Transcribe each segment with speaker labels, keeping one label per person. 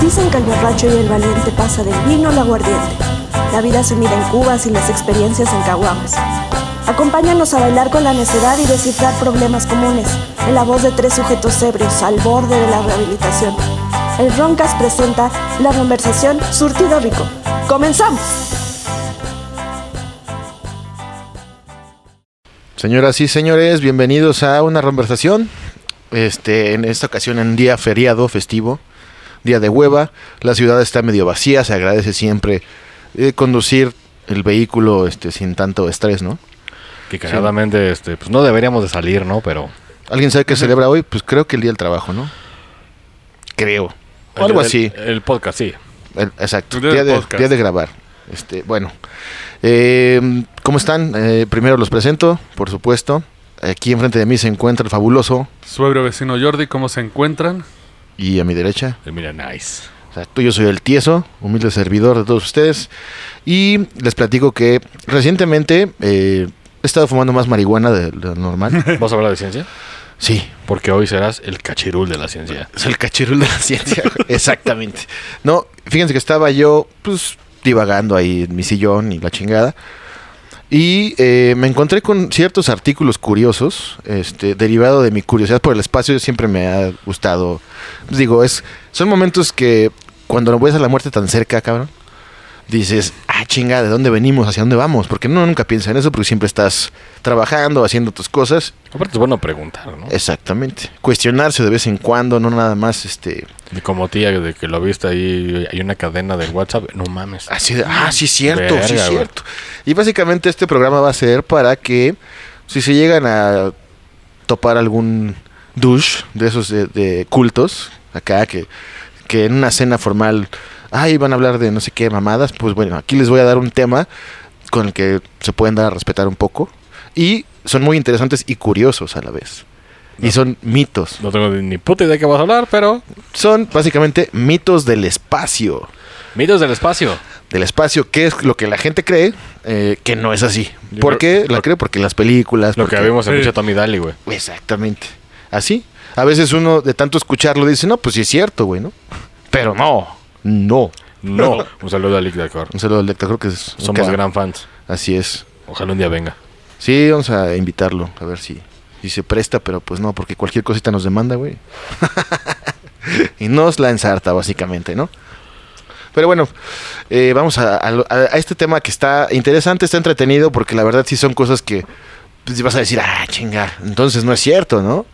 Speaker 1: Dicen que el borracho y el valiente pasa del vino al aguardiente. La vida se mide en cubas y las experiencias en caguamas. Acompáñanos a bailar con la necedad y descifrar problemas comunes en la voz de tres sujetos ebrios al borde de la rehabilitación. El Roncas presenta la conversación Surtido Rico. ¡Comenzamos!
Speaker 2: Señoras y señores, bienvenidos a una conversación. Este, en esta ocasión en día feriado, festivo, día de hueva. La ciudad está medio vacía, se agradece siempre eh, conducir el vehículo este, sin tanto estrés, ¿no?
Speaker 3: Que cagadamente, este, pues no deberíamos de salir, ¿no? Pero
Speaker 2: ¿Alguien sabe qué celebra hoy? Pues creo que el Día del Trabajo, ¿no? Creo. O algo
Speaker 3: El-
Speaker 2: así.
Speaker 3: El, el podcast, sí.
Speaker 2: El- exacto.
Speaker 4: El día
Speaker 2: Día
Speaker 4: del
Speaker 2: de,
Speaker 4: podcast.
Speaker 2: día de grabar. Este, bueno. Eh, ¿Cómo están? Eh, primero los presento, por supuesto. Aquí enfrente de mí se encuentra el fabuloso
Speaker 4: Su ebrio vecino Jordi, ¿cómo se encuentran?
Speaker 2: y a mi derecha
Speaker 3: Eh, Mira, nice.
Speaker 2: O sea, tú, yo soy el tieso, humilde servidor de todos ustedes. Y les platico que recientemente eh, he estado fumando más marihuana de lo normal.
Speaker 3: ¿Vas a hablar de ciencia?
Speaker 2: Sí,
Speaker 3: Porque hoy serás el cachirul de la ciencia.
Speaker 2: soy el cachirul de la ciencia. güey. Exactamente. No, fíjense que estaba yo, pues, divagando ahí en mi sillón y la chingada. Y eh, me encontré con ciertos artículos curiosos, este, derivado de mi curiosidad por el espacio. Siempre me ha gustado. Pues, digo, es, son momentos que cuando no ves a la muerte tan cerca, cabrón, dices, ah, chinga, ¿de dónde venimos? ¿Hacia dónde vamos? Porque no nunca piensa en eso, porque siempre estás trabajando, haciendo tus cosas.
Speaker 3: Aparte es bueno preguntar, ¿no?
Speaker 2: Exactamente. Cuestionarse de vez en cuando, no nada más, este,
Speaker 3: Y como tía de que lo viste ahí, hay una cadena de WhatsApp. No mames.
Speaker 2: Así de, ah, sí es cierto, sí
Speaker 3: Mm. Verga,
Speaker 2: es
Speaker 3: güey.
Speaker 2: cierto. Y básicamente este programa va a ser para que si se llegan a topar algún douche de esos de, de cultos, acá que, que en una cena formal, ay, van a hablar de no sé qué mamadas, pues bueno, aquí les voy a dar un tema con el que se pueden dar a respetar un poco. Y son muy interesantes y curiosos a la vez. Y son mitos.
Speaker 3: No tengo ni puta idea de qué vas a hablar, pero...
Speaker 2: Son básicamente mitos del espacio.
Speaker 3: Mitos del espacio.
Speaker 2: del espacio, que es lo que la gente cree eh, que no es así.
Speaker 3: Yo
Speaker 2: ¿Por
Speaker 3: creo-
Speaker 2: qué? La
Speaker 3: lo-
Speaker 2: creo porque las películas.
Speaker 3: Lo
Speaker 2: porque-
Speaker 3: que vimos en
Speaker 4: Sí.
Speaker 3: pinche Tommy Daly, güey.
Speaker 2: Exactamente. Así. A veces uno de tanto escucharlo dice, no, pues sí es cierto, güey, ¿no? Pero no, no.
Speaker 3: No. Un saludo a Lick Dacor.
Speaker 2: Un saludo al lector, creo que es. un
Speaker 3: Somos
Speaker 2: cara.
Speaker 3: gran fans.
Speaker 2: Así es.
Speaker 3: Ojalá un día venga.
Speaker 2: Sí, vamos a invitarlo, a ver si, si se presta, pero pues no, porque cualquier cosita nos demanda, güey. y nos la ensarta, básicamente, ¿no? Pero bueno, eh, vamos a, a lo- a- a este tema que está interesante, está entretenido, porque la verdad sí son cosas que pues, vas a decir, ah, chinga, entonces no es cierto, ¿no?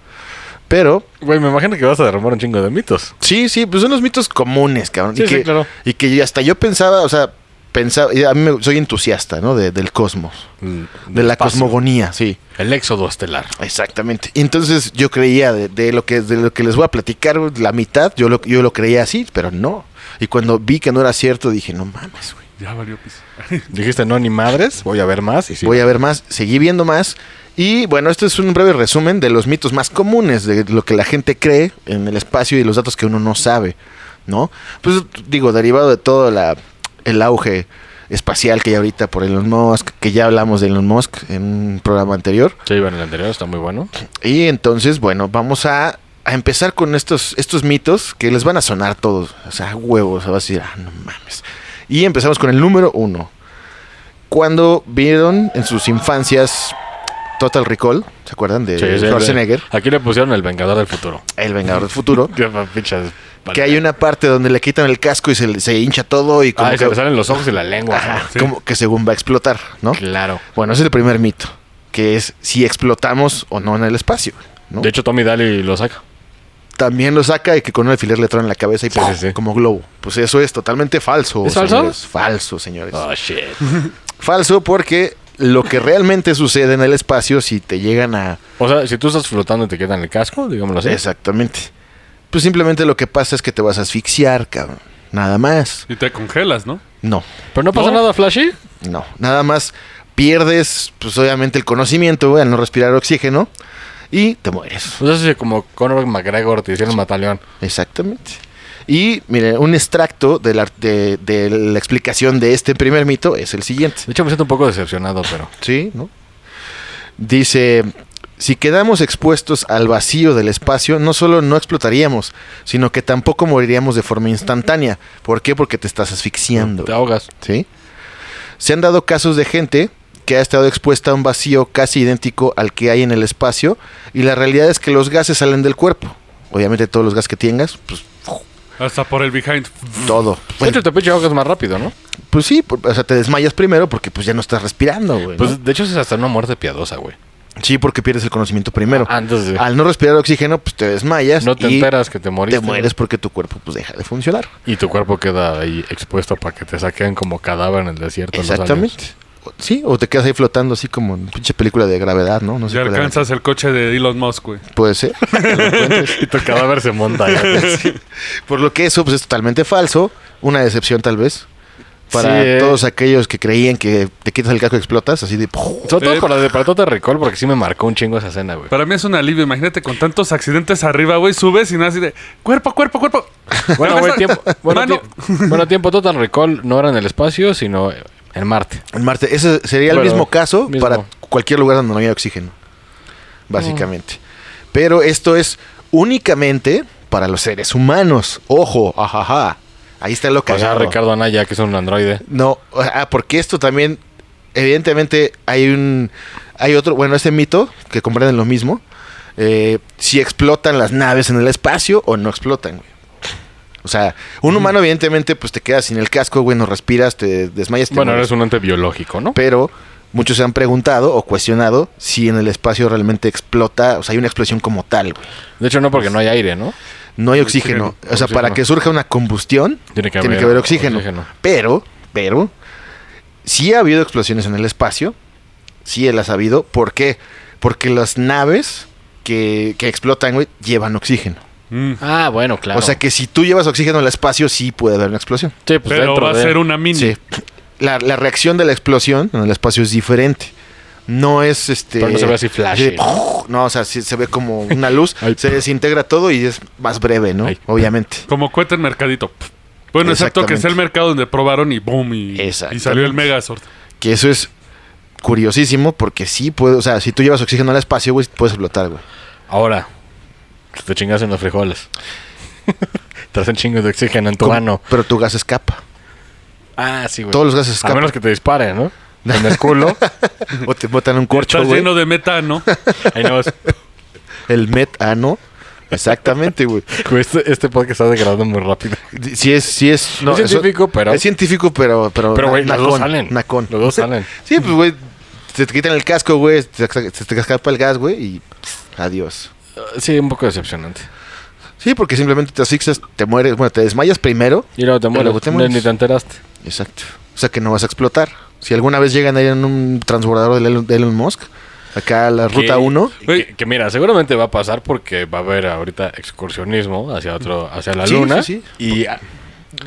Speaker 2: Pero
Speaker 3: Güey, me imagino que vas a derramar un chingo de mitos.
Speaker 2: sí, sí, pues son los mitos comunes, cabrón.
Speaker 3: Sí,
Speaker 2: y,
Speaker 3: sí,
Speaker 2: que,
Speaker 3: claro.
Speaker 2: y que hasta yo pensaba, o sea, pensaba, y a mí me- soy entusiasta, ¿no? De- del cosmos,
Speaker 3: De
Speaker 2: de la cosmogonía, sí.
Speaker 3: El éxodo estelar.
Speaker 2: Exactamente. Y entonces yo creía de, de lo que de lo que les voy a platicar la mitad, yo lo yo lo creía así, pero no. Y cuando vi que no era cierto dije, no mames, güey.
Speaker 4: Ya valió piso.
Speaker 3: Dijiste, no, ni madres, voy a ver más. Y sí.
Speaker 2: Voy a ver más, seguí viendo más y bueno, este es un breve resumen de los mitos más comunes de lo que la gente cree en el espacio y los datos que uno no sabe, ¿no? Pues digo, derivado de todo la el auge espacial que hay ahorita por Elon Musk, que ya hablamos de Elon Musk en un programa anterior.
Speaker 3: Sí, iba en el anterior, está muy bueno.
Speaker 2: Y entonces, bueno, vamos a, a empezar con estos, estos mitos que les van a sonar todos. O sea, huevos, o sea, vas a decir, ah, no mames. Y empezamos con el número uno. Cuando vieron en sus infancias Total Recall, ¿se acuerdan? De
Speaker 3: Sí, sí,
Speaker 2: Eh, Schwarzenegger,
Speaker 3: le- Aquí le pusieron el Vengador del Futuro.
Speaker 2: El Vengador del Futuro.
Speaker 3: Qué pa- pinches
Speaker 2: que hay una parte donde le quitan el casco y se, le- se hincha todo y como,
Speaker 3: Ah, y
Speaker 2: que,
Speaker 3: se le salen los ojos y la lengua.
Speaker 2: Ajá,
Speaker 4: Sí.
Speaker 2: como que según va a explotar, ¿no?
Speaker 3: Claro.
Speaker 2: Bueno, ese es el primer mito, que es si explotamos o no en el espacio, ¿no?
Speaker 3: De hecho, Tommy Daly lo saca.
Speaker 2: también lo saca y que con un alfiler le traen la cabeza y
Speaker 3: Sí,
Speaker 2: ¡pum!
Speaker 3: sí, sí.
Speaker 2: como globo. Pues eso es totalmente falso.
Speaker 3: ¿Es falso?
Speaker 2: señores. Falso, señores.
Speaker 3: Oh, shit.
Speaker 2: Falso porque lo que realmente sucede en el espacio si te llegan a...
Speaker 3: O sea, si tú estás flotando y te quedan el casco, digámoslo así.
Speaker 2: Exactamente. Pues simplemente lo que pasa es que te vas a asfixiar, cabrón. Nada más.
Speaker 4: Y te congelas, ¿no?
Speaker 2: No,
Speaker 3: Pero no pasa
Speaker 4: ¿No?
Speaker 3: nada, Flashy.
Speaker 2: no. Nada más pierdes, pues obviamente, el conocimiento güey, al no respirar oxígeno y te mueres.
Speaker 3: O sea, sí, como Conor McGregor te hicieron mataleón.
Speaker 2: Exactamente. Y, miren, un extracto de la, de- de la explicación de este primer mito es el siguiente.
Speaker 3: De hecho, me siento un poco decepcionado, pero.
Speaker 2: Sí, ¿no? Dice, Si quedamos expuestos al vacío del espacio, no solo no explotaríamos, sino que tampoco moriríamos de forma instantánea. ¿Por qué? Porque te estás asfixiando.
Speaker 3: Te ahogas.
Speaker 2: ¿sí? Se han dado casos de gente que ha estado expuesta a un vacío casi idéntico al que hay en el espacio y la realidad es que los gases salen del cuerpo. Obviamente todos los gases que tengas, pues
Speaker 4: Hasta por el behind.
Speaker 2: todo.
Speaker 3: De hecho, te pinche ahogas más rápido, ¿no?
Speaker 2: Pues sí, por- o sea, te desmayas primero porque pues ya no estás respirando, güey. ¿no?
Speaker 3: Pues de hecho es hasta una muerte piadosa, güey.
Speaker 2: sí, porque pierdes el conocimiento primero.
Speaker 3: Antes de...
Speaker 2: Al no respirar oxígeno, pues te desmayas
Speaker 3: No te
Speaker 2: y
Speaker 3: enteras que te moriste.
Speaker 2: te mueres porque tu cuerpo pues deja de funcionar.
Speaker 3: Y tu cuerpo queda ahí expuesto para que te saquen como cadáver en el desierto. a los
Speaker 2: Exactamente.
Speaker 3: aliens.
Speaker 2: Sí, o te quedas ahí flotando así como en pinche película de gravedad, ¿no? No sé
Speaker 4: Ya
Speaker 2: cuál era.
Speaker 4: alcanzas el coche de Elon Musk, güey.
Speaker 2: Puede ser.
Speaker 3: Y tu cadáver se monta. ahí.
Speaker 2: Por lo que eso pues, es totalmente falso. Una decepción, tal vez. Para
Speaker 3: Sí, eh.
Speaker 2: todos aquellos que creían que te quitas el casco y explotas, así de. ¡puf!
Speaker 3: Sobre todo con la de Platón te recall porque sí me marcó un chingo esa escena, güey.
Speaker 4: Para mí es un alivio. Imagínate con tantos accidentes arriba, güey. Subes y nada así de cuerpo, cuerpo, cuerpo.
Speaker 3: Bueno, güey,
Speaker 4: Mano.
Speaker 3: tiempo, bueno,
Speaker 4: Mano.
Speaker 3: tie- bueno, tiempo Total Recall no era en el espacio, sino en Marte.
Speaker 2: En Marte. Ese sería el
Speaker 3: Bueno,
Speaker 2: mismo caso
Speaker 3: mismo.
Speaker 2: para cualquier lugar donde no haya oxígeno. Básicamente.
Speaker 3: Mm.
Speaker 2: Pero esto es únicamente para los seres humanos. Ojo, ajaja. Ahí está lo que
Speaker 3: O sea, Ricardo Anaya, que es un androide.
Speaker 2: No, ah, porque esto también, evidentemente hay un, hay otro, bueno, este mito que comprenden lo mismo, eh, si explotan las naves en el espacio o no explotan, güey. O sea, un humano evidentemente pues te quedas sin el casco, güey, no respiras, te desmayas. Te
Speaker 3: Bueno,
Speaker 2: mueres.
Speaker 3: eres un ente biológico, ¿no?
Speaker 2: Pero muchos se han preguntado o cuestionado si en el espacio realmente explota, o sea, hay una explosión como tal, güey.
Speaker 3: De hecho, no porque no hay aire, ¿no?
Speaker 2: No hay oxígeno.
Speaker 3: Oxígeno.
Speaker 2: O sea, para que surja una combustión,
Speaker 3: Tiene que
Speaker 2: tiene
Speaker 3: haber
Speaker 2: que haber oxígeno.
Speaker 3: oxígeno.
Speaker 2: Pero, pero, sí ha habido explosiones en el espacio. Sí las ha habido. ¿Por qué? Porque las naves que, que explotan, güey, llevan oxígeno.
Speaker 4: Mm.
Speaker 3: Ah, bueno, claro.
Speaker 2: O sea que si tú llevas oxígeno al espacio, sí puede haber una explosión.
Speaker 3: Sí, pues
Speaker 4: Pero
Speaker 3: dentro
Speaker 4: va a
Speaker 3: de-
Speaker 4: ser una mini.
Speaker 2: Sí. La, la reacción de la explosión en el espacio es diferente. No es este.
Speaker 3: Pero no se ve así flashy,
Speaker 2: de- no, o sea, sí se ve como una luz,
Speaker 3: Ay,
Speaker 2: se desintegra todo y es más breve, ¿no?
Speaker 3: Ay.
Speaker 2: Obviamente.
Speaker 4: Como cuenta el mercadito. Bueno, excepto que
Speaker 2: Exactamente.
Speaker 4: sea el mercado donde probaron y boom. Y,
Speaker 2: Exactamente.
Speaker 4: y salió el Megazord.
Speaker 2: Que eso es curiosísimo porque sí puede, o sea, si tú llevas oxígeno al espacio, güey, puedes explotar, güey.
Speaker 3: Ahora, te chingas en los frijoles. te hacen chingo de oxígeno en tu
Speaker 2: Como-
Speaker 3: mano.
Speaker 2: Pero tu gas escapa.
Speaker 3: Ah, sí, güey.
Speaker 2: Todos los gases
Speaker 3: A
Speaker 2: escapan.
Speaker 3: menos que te disparen, ¿no? En el culo.
Speaker 2: O te botan un corcho,
Speaker 4: Estás
Speaker 2: güey.
Speaker 4: lleno de metano.
Speaker 3: Ahí no vas.
Speaker 2: El metano. Exactamente, güey.
Speaker 3: Güey, Este, este podcast está degradando muy rápido.
Speaker 2: Si es, si es, no,
Speaker 3: Es
Speaker 2: eso-
Speaker 3: científico, pero-
Speaker 2: Es científico, pero. Pero,
Speaker 3: Pero,
Speaker 2: na-
Speaker 3: güey, los dos
Speaker 2: nacón,
Speaker 3: salen.
Speaker 2: nacón.
Speaker 3: Los dos salen.
Speaker 2: Sí, pues, güey, se te quitan el casco, güey, se te, se te escapa el gas, güey, y pss, adiós.
Speaker 3: Uh, Sí, un poco decepcionante.
Speaker 2: Sí, porque simplemente te asfixias, te mueres, bueno, te desmayas primero.
Speaker 3: Y luego te
Speaker 2: Y
Speaker 3: mueres.
Speaker 2: luego te mueres.
Speaker 3: Ni te enteraste.
Speaker 2: Exacto. O sea que no vas a explotar. Si alguna vez llegan ahí en un transbordador de Elon, de Elon Musk, acá a la ruta
Speaker 3: Que-
Speaker 2: 1,
Speaker 4: Güey.
Speaker 3: Que, que mira, seguramente va a pasar porque va a haber ahorita excursionismo hacia otro, hacia la
Speaker 2: Sí,
Speaker 3: luna.
Speaker 2: sí,
Speaker 3: Y ah,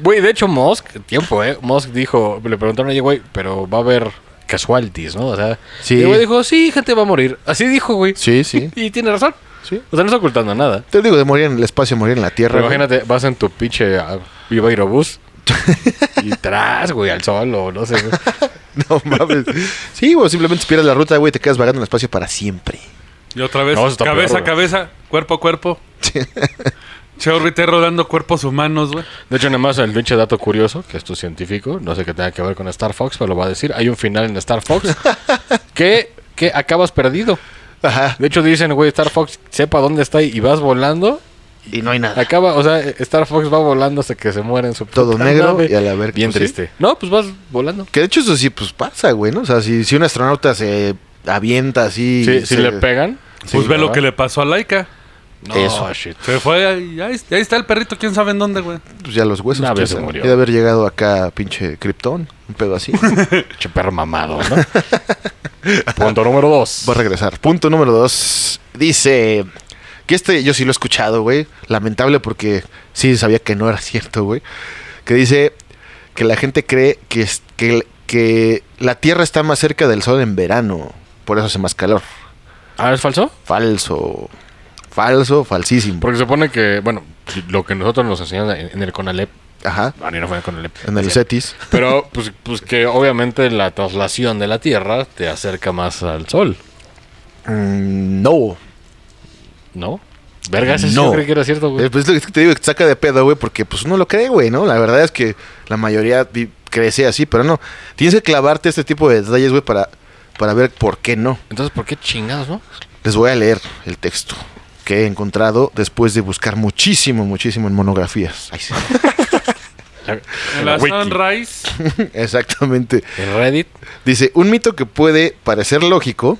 Speaker 3: güey, de hecho, Musk, tiempo, eh. Musk dijo, le preguntaron oye, güey, pero va a haber casualties, ¿no? O sea,
Speaker 2: Sí.
Speaker 3: y el güey dijo, sí, gente va a morir. Así dijo, güey.
Speaker 2: Sí, sí.
Speaker 3: Y tiene razón.
Speaker 2: Sí.
Speaker 3: O sea, no está ocultando nada.
Speaker 2: te digo, de morir en el espacio, morir en la
Speaker 3: Pero
Speaker 2: Tierra. güey.
Speaker 3: imagínate, vas en tu pinche ah, Viva Aerobús y tras, güey, al sol o no sé. güey.
Speaker 2: No mames. Sí, güey, simplemente pierdes la ruta, güey, y te quedas vagando en el espacio para siempre.
Speaker 4: Y otra vez,
Speaker 3: No, eso está
Speaker 4: cabeza
Speaker 3: peor,
Speaker 4: a
Speaker 3: güey.
Speaker 4: cabeza, cuerpo a cuerpo. Che Orbiter rodando cuerpos humanos, güey.
Speaker 3: De hecho, nada más el pinche dato curioso, que es tu científico, no sé qué tenga que ver con Star Fox, pero lo va a decir. Hay un final en Star Fox que, que acabas perdido.
Speaker 2: Ajá.
Speaker 3: De hecho, dicen, güey, Star Fox sepa dónde está y vas volando.
Speaker 2: Y no hay nada.
Speaker 3: Acaba, o sea, Star Fox va volando hasta que se muere en su
Speaker 2: Todo
Speaker 3: puta
Speaker 2: negro
Speaker 3: nave.
Speaker 2: y a la verga,
Speaker 3: Bien
Speaker 2: pues, sí.
Speaker 3: triste. No, pues vas volando.
Speaker 2: Que de hecho eso sí, pues pasa, güey, ¿no? O sea, si, si un astronauta se avienta así...
Speaker 3: Sí, si
Speaker 2: se-
Speaker 3: le pegan.
Speaker 4: pues
Speaker 3: sí,
Speaker 4: ve lo
Speaker 3: ¿verdad?
Speaker 4: que le pasó a Laika.
Speaker 3: No,
Speaker 2: Eso.
Speaker 3: shit.
Speaker 4: Se fue y ahí, ahí está el perrito, quién sabe en dónde, güey.
Speaker 2: Pues ya los huesos.
Speaker 3: Una vez
Speaker 2: pues,
Speaker 3: se
Speaker 2: ya-
Speaker 3: murió.
Speaker 2: ya de haber llegado acá a pinche Krypton, un pedo así.
Speaker 3: Che perro mamado, ¿no? Punto número dos.
Speaker 2: Va a regresar. Punto número dos. Dice que este yo sí lo he escuchado, güey. Lamentable porque sí sabía que no era cierto, güey. Que dice que la gente cree que, es- que, que la Tierra está más cerca del Sol en verano. Por eso hace más calor.
Speaker 3: Ah, ¿es falso?
Speaker 2: Falso. Falso, falsísimo.
Speaker 3: Porque se supone que, bueno, lo que nosotros nos enseñan en, en el CONALEP,
Speaker 2: Ajá.
Speaker 3: ah, no no fue en el CONALEP.
Speaker 2: En el
Speaker 3: Sí.
Speaker 2: CETIS.
Speaker 3: Pero, pues, pues que obviamente la traslación de la Tierra te acerca más al Sol.
Speaker 2: Mm, no.
Speaker 3: ¿No? Verga, ese sí
Speaker 2: No.
Speaker 3: yo creí que era cierto, güey.
Speaker 2: Eh, pues, es que te digo que te saca de pedo, güey, porque pues uno lo cree, güey, ¿no? La verdad es que la mayoría vi- crece así, pero no. Tienes que clavarte este tipo de detalles, güey, para, para ver por qué no.
Speaker 3: Entonces, ¿por qué chingados, no?
Speaker 2: Les voy a leer el texto que he encontrado después de buscar muchísimo, muchísimo en monografías. Ay, sí.
Speaker 4: En la
Speaker 3: Wiki.
Speaker 4: Sunrise.
Speaker 2: Exactamente.
Speaker 3: En Reddit.
Speaker 2: Dice, un mito que puede parecer lógico,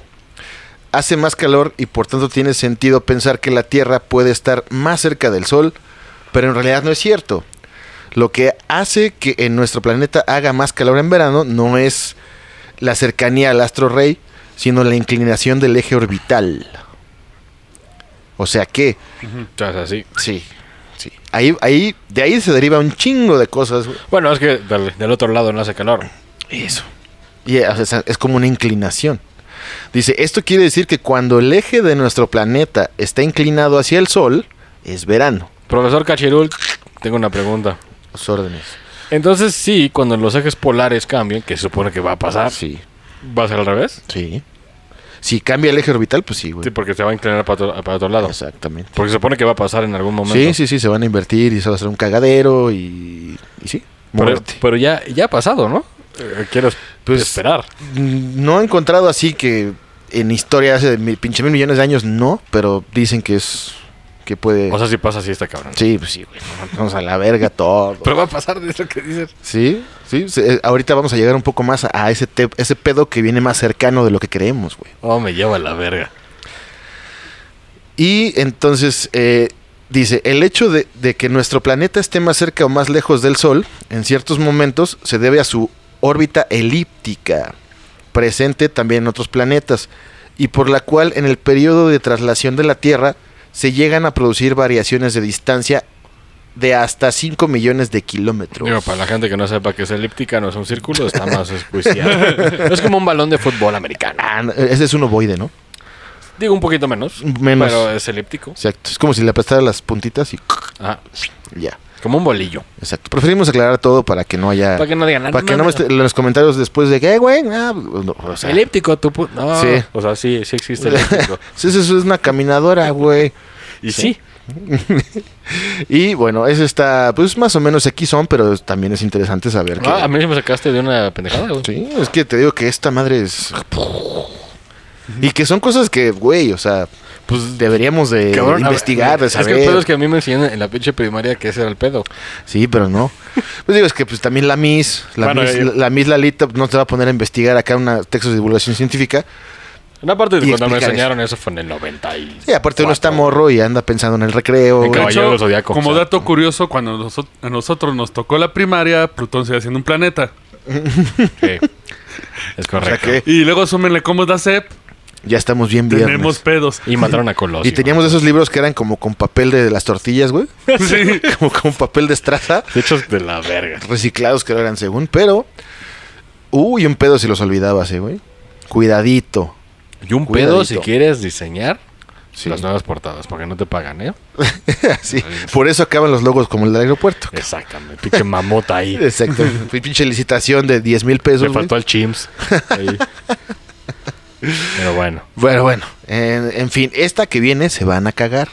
Speaker 2: hace más calor y por tanto tiene sentido pensar que la Tierra puede estar más cerca del Sol, pero en realidad no es cierto. Lo que hace que en nuestro planeta haga más calor en verano no es la cercanía al astro rey, sino la inclinación del eje orbital. O sea que,
Speaker 3: O sea, es así.
Speaker 2: sí, sí. Ahí, ahí, de ahí se deriva un chingo de cosas. güey.
Speaker 3: Bueno, es que dale, del otro lado no hace calor.
Speaker 2: Eso. Y eh, o sea, es como una inclinación. Dice, esto quiere decir que cuando el eje de nuestro planeta está inclinado hacia el Sol, es verano.
Speaker 3: Profesor Cachirul, tengo una pregunta.
Speaker 2: Los órdenes.
Speaker 3: Entonces, sí, cuando los ejes polares cambien, que se supone que va a pasar,
Speaker 2: Sí,
Speaker 3: ¿va a ser al revés?
Speaker 2: sí. Si cambia el eje orbital, pues sí, güey.
Speaker 3: Sí, porque se va a inclinar para otro, para otro lado.
Speaker 2: Exactamente.
Speaker 3: Porque se supone que va a pasar en algún momento.
Speaker 2: Sí, sí, sí, se van a invertir y se va a hacer un cagadero y, y sí,
Speaker 3: Pero,
Speaker 2: muerte.
Speaker 3: pero ya, ya ha pasado, ¿no? Eh, Quiero
Speaker 2: Pues-
Speaker 3: esperar.
Speaker 2: Mm, No he encontrado así que en historia hace de mil, pinche mil millones de años, no, pero dicen que es, que puede...
Speaker 3: O sea, si pasa así está cabrón.
Speaker 2: eh, sí, pues sí, güey. Vamos a la verga todo.
Speaker 3: Pero va a pasar de eso que dices.
Speaker 2: Sí, sí. se- eh, ahorita vamos a llegar un poco más a, a ese, te- ese pedo que viene más cercano de lo que creemos, güey.
Speaker 3: Oh, me lleva la verga.
Speaker 2: Y entonces eh, dice, el hecho de, de que nuestro planeta esté más cerca o más lejos del Sol, en ciertos momentos, se debe a su órbita elíptica, presente también en otros planetas, y por la cual en el periodo de traslación de la Tierra se llegan a producir variaciones de distancia de hasta 5 millones de kilómetros.
Speaker 3: Digo, para la gente que no sepa que es elíptica, no es un círculo, está más escuiciado. es como un balón de fútbol americano.
Speaker 2: Ah, no, ese es un ovoide, ¿no?
Speaker 3: Digo, un poquito menos.
Speaker 2: Menos.
Speaker 3: Pero es elíptico.
Speaker 2: Exacto. Es como si le aplastara las puntitas y
Speaker 3: Ajá.
Speaker 2: ya.
Speaker 3: Como un bolillo.
Speaker 2: Exacto. Preferimos aclarar todo para que no haya.
Speaker 3: Para que no digan
Speaker 2: para que no me esté- en los comentarios después de que, "Eh, güey, ah, no", o sea,
Speaker 3: elíptico, tu pu- No.
Speaker 2: Sí.
Speaker 3: O sea, sí, sí existe elíptico.
Speaker 2: sí, sí, sí, es una caminadora, güey.
Speaker 3: y sí.
Speaker 2: Y bueno, eso está, pues más o menos aquí son, pero también es interesante saber que.
Speaker 3: Ah, a mí sí me sacaste de una pendejada, güey.
Speaker 2: Sí, es que te digo que esta madre es. Y que son cosas que, güey, o sea, pues deberíamos de
Speaker 3: Cabrón, a ver,
Speaker 2: investigar, de
Speaker 3: Es
Speaker 2: saber.
Speaker 3: que el pedo es que a mí me enseñan en la pinche primaria que ese era el pedo.
Speaker 2: Sí, pero no. Pues digo, es que pues también la Miss, la,
Speaker 3: Bueno,
Speaker 2: Miss,
Speaker 3: ya-
Speaker 2: la Miss Lalita pues, no te va a poner a investigar acá una textos de divulgación científica.
Speaker 3: Una parte de
Speaker 2: Y
Speaker 3: cuando me
Speaker 2: explicar
Speaker 3: enseñaron eso fue en el 90 y...
Speaker 2: Y aparte uno está morro y anda pensando en el recreo.
Speaker 3: En
Speaker 2: güey.
Speaker 3: Caballero
Speaker 4: De
Speaker 3: del Zodiaco,
Speaker 4: como
Speaker 3: o sea.
Speaker 4: dato curioso, cuando noso- a nosotros nos tocó la primaria, Plutón sigue siendo un planeta.
Speaker 3: Sí. Es
Speaker 2: O sea
Speaker 3: correcto.
Speaker 2: que
Speaker 4: Y luego súmenle cómo es la CEP,
Speaker 2: ya estamos bien viernes.
Speaker 4: tenemos pedos.
Speaker 3: Y mataron a Colosio.
Speaker 2: y teníamos esos libros que eran como con papel de las tortillas, güey.
Speaker 4: Sí.
Speaker 2: Como con papel de estraza.
Speaker 3: De hecho, de la verga.
Speaker 2: Reciclados que lo eran según, pero... Uy, un pedo si los olvidabas, eh, güey. Cuidadito.
Speaker 3: Y un
Speaker 2: Cuidadito.
Speaker 3: pedo si quieres diseñar
Speaker 2: Sí.
Speaker 3: las nuevas portadas, porque no te pagan, ¿eh?
Speaker 2: Sí, Por eso acaban los logos como el del aeropuerto.
Speaker 3: Eh. Exactamente. Pinche mamota ahí.
Speaker 2: Exacto. Fue pinche licitación de 10 mil pesos.
Speaker 3: Le
Speaker 2: güey.
Speaker 3: faltó al Chimps. ahí. Pero bueno.
Speaker 2: Bueno, bueno. En, en fin, esta que viene se van a cagar.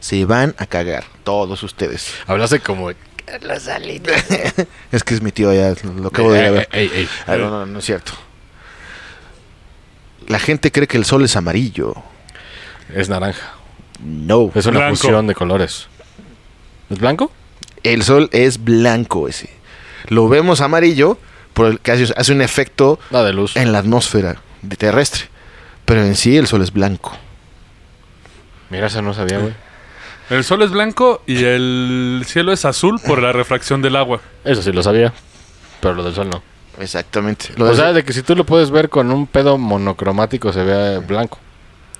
Speaker 2: Se van a cagar. Todos ustedes.
Speaker 3: Hablaste como...
Speaker 2: Es que es mi tío, ya lo acabo de ir a ver.
Speaker 3: eh, Ey, ey, ey.
Speaker 2: Ah, no, no, no es cierto. La gente cree que el sol es amarillo.
Speaker 3: Es naranja.
Speaker 2: No.
Speaker 3: Es una
Speaker 4: Blanco.
Speaker 3: fusión de colores. ¿Es blanco?
Speaker 2: El sol es blanco ese. Lo vemos amarillo porque hace, hace un efecto
Speaker 3: Nada de luz.
Speaker 2: en la atmósfera de- terrestre. Pero en sí el sol es blanco.
Speaker 3: Mira, eso no sabía, güey.
Speaker 4: El sol es blanco y el cielo es azul por la refracción del agua.
Speaker 3: Eso sí lo sabía. Pero lo del sol no.
Speaker 2: Exactamente. Lo
Speaker 3: O
Speaker 2: de-
Speaker 3: sea, de que si tú lo puedes ver con un pedo monocromático se vea blanco.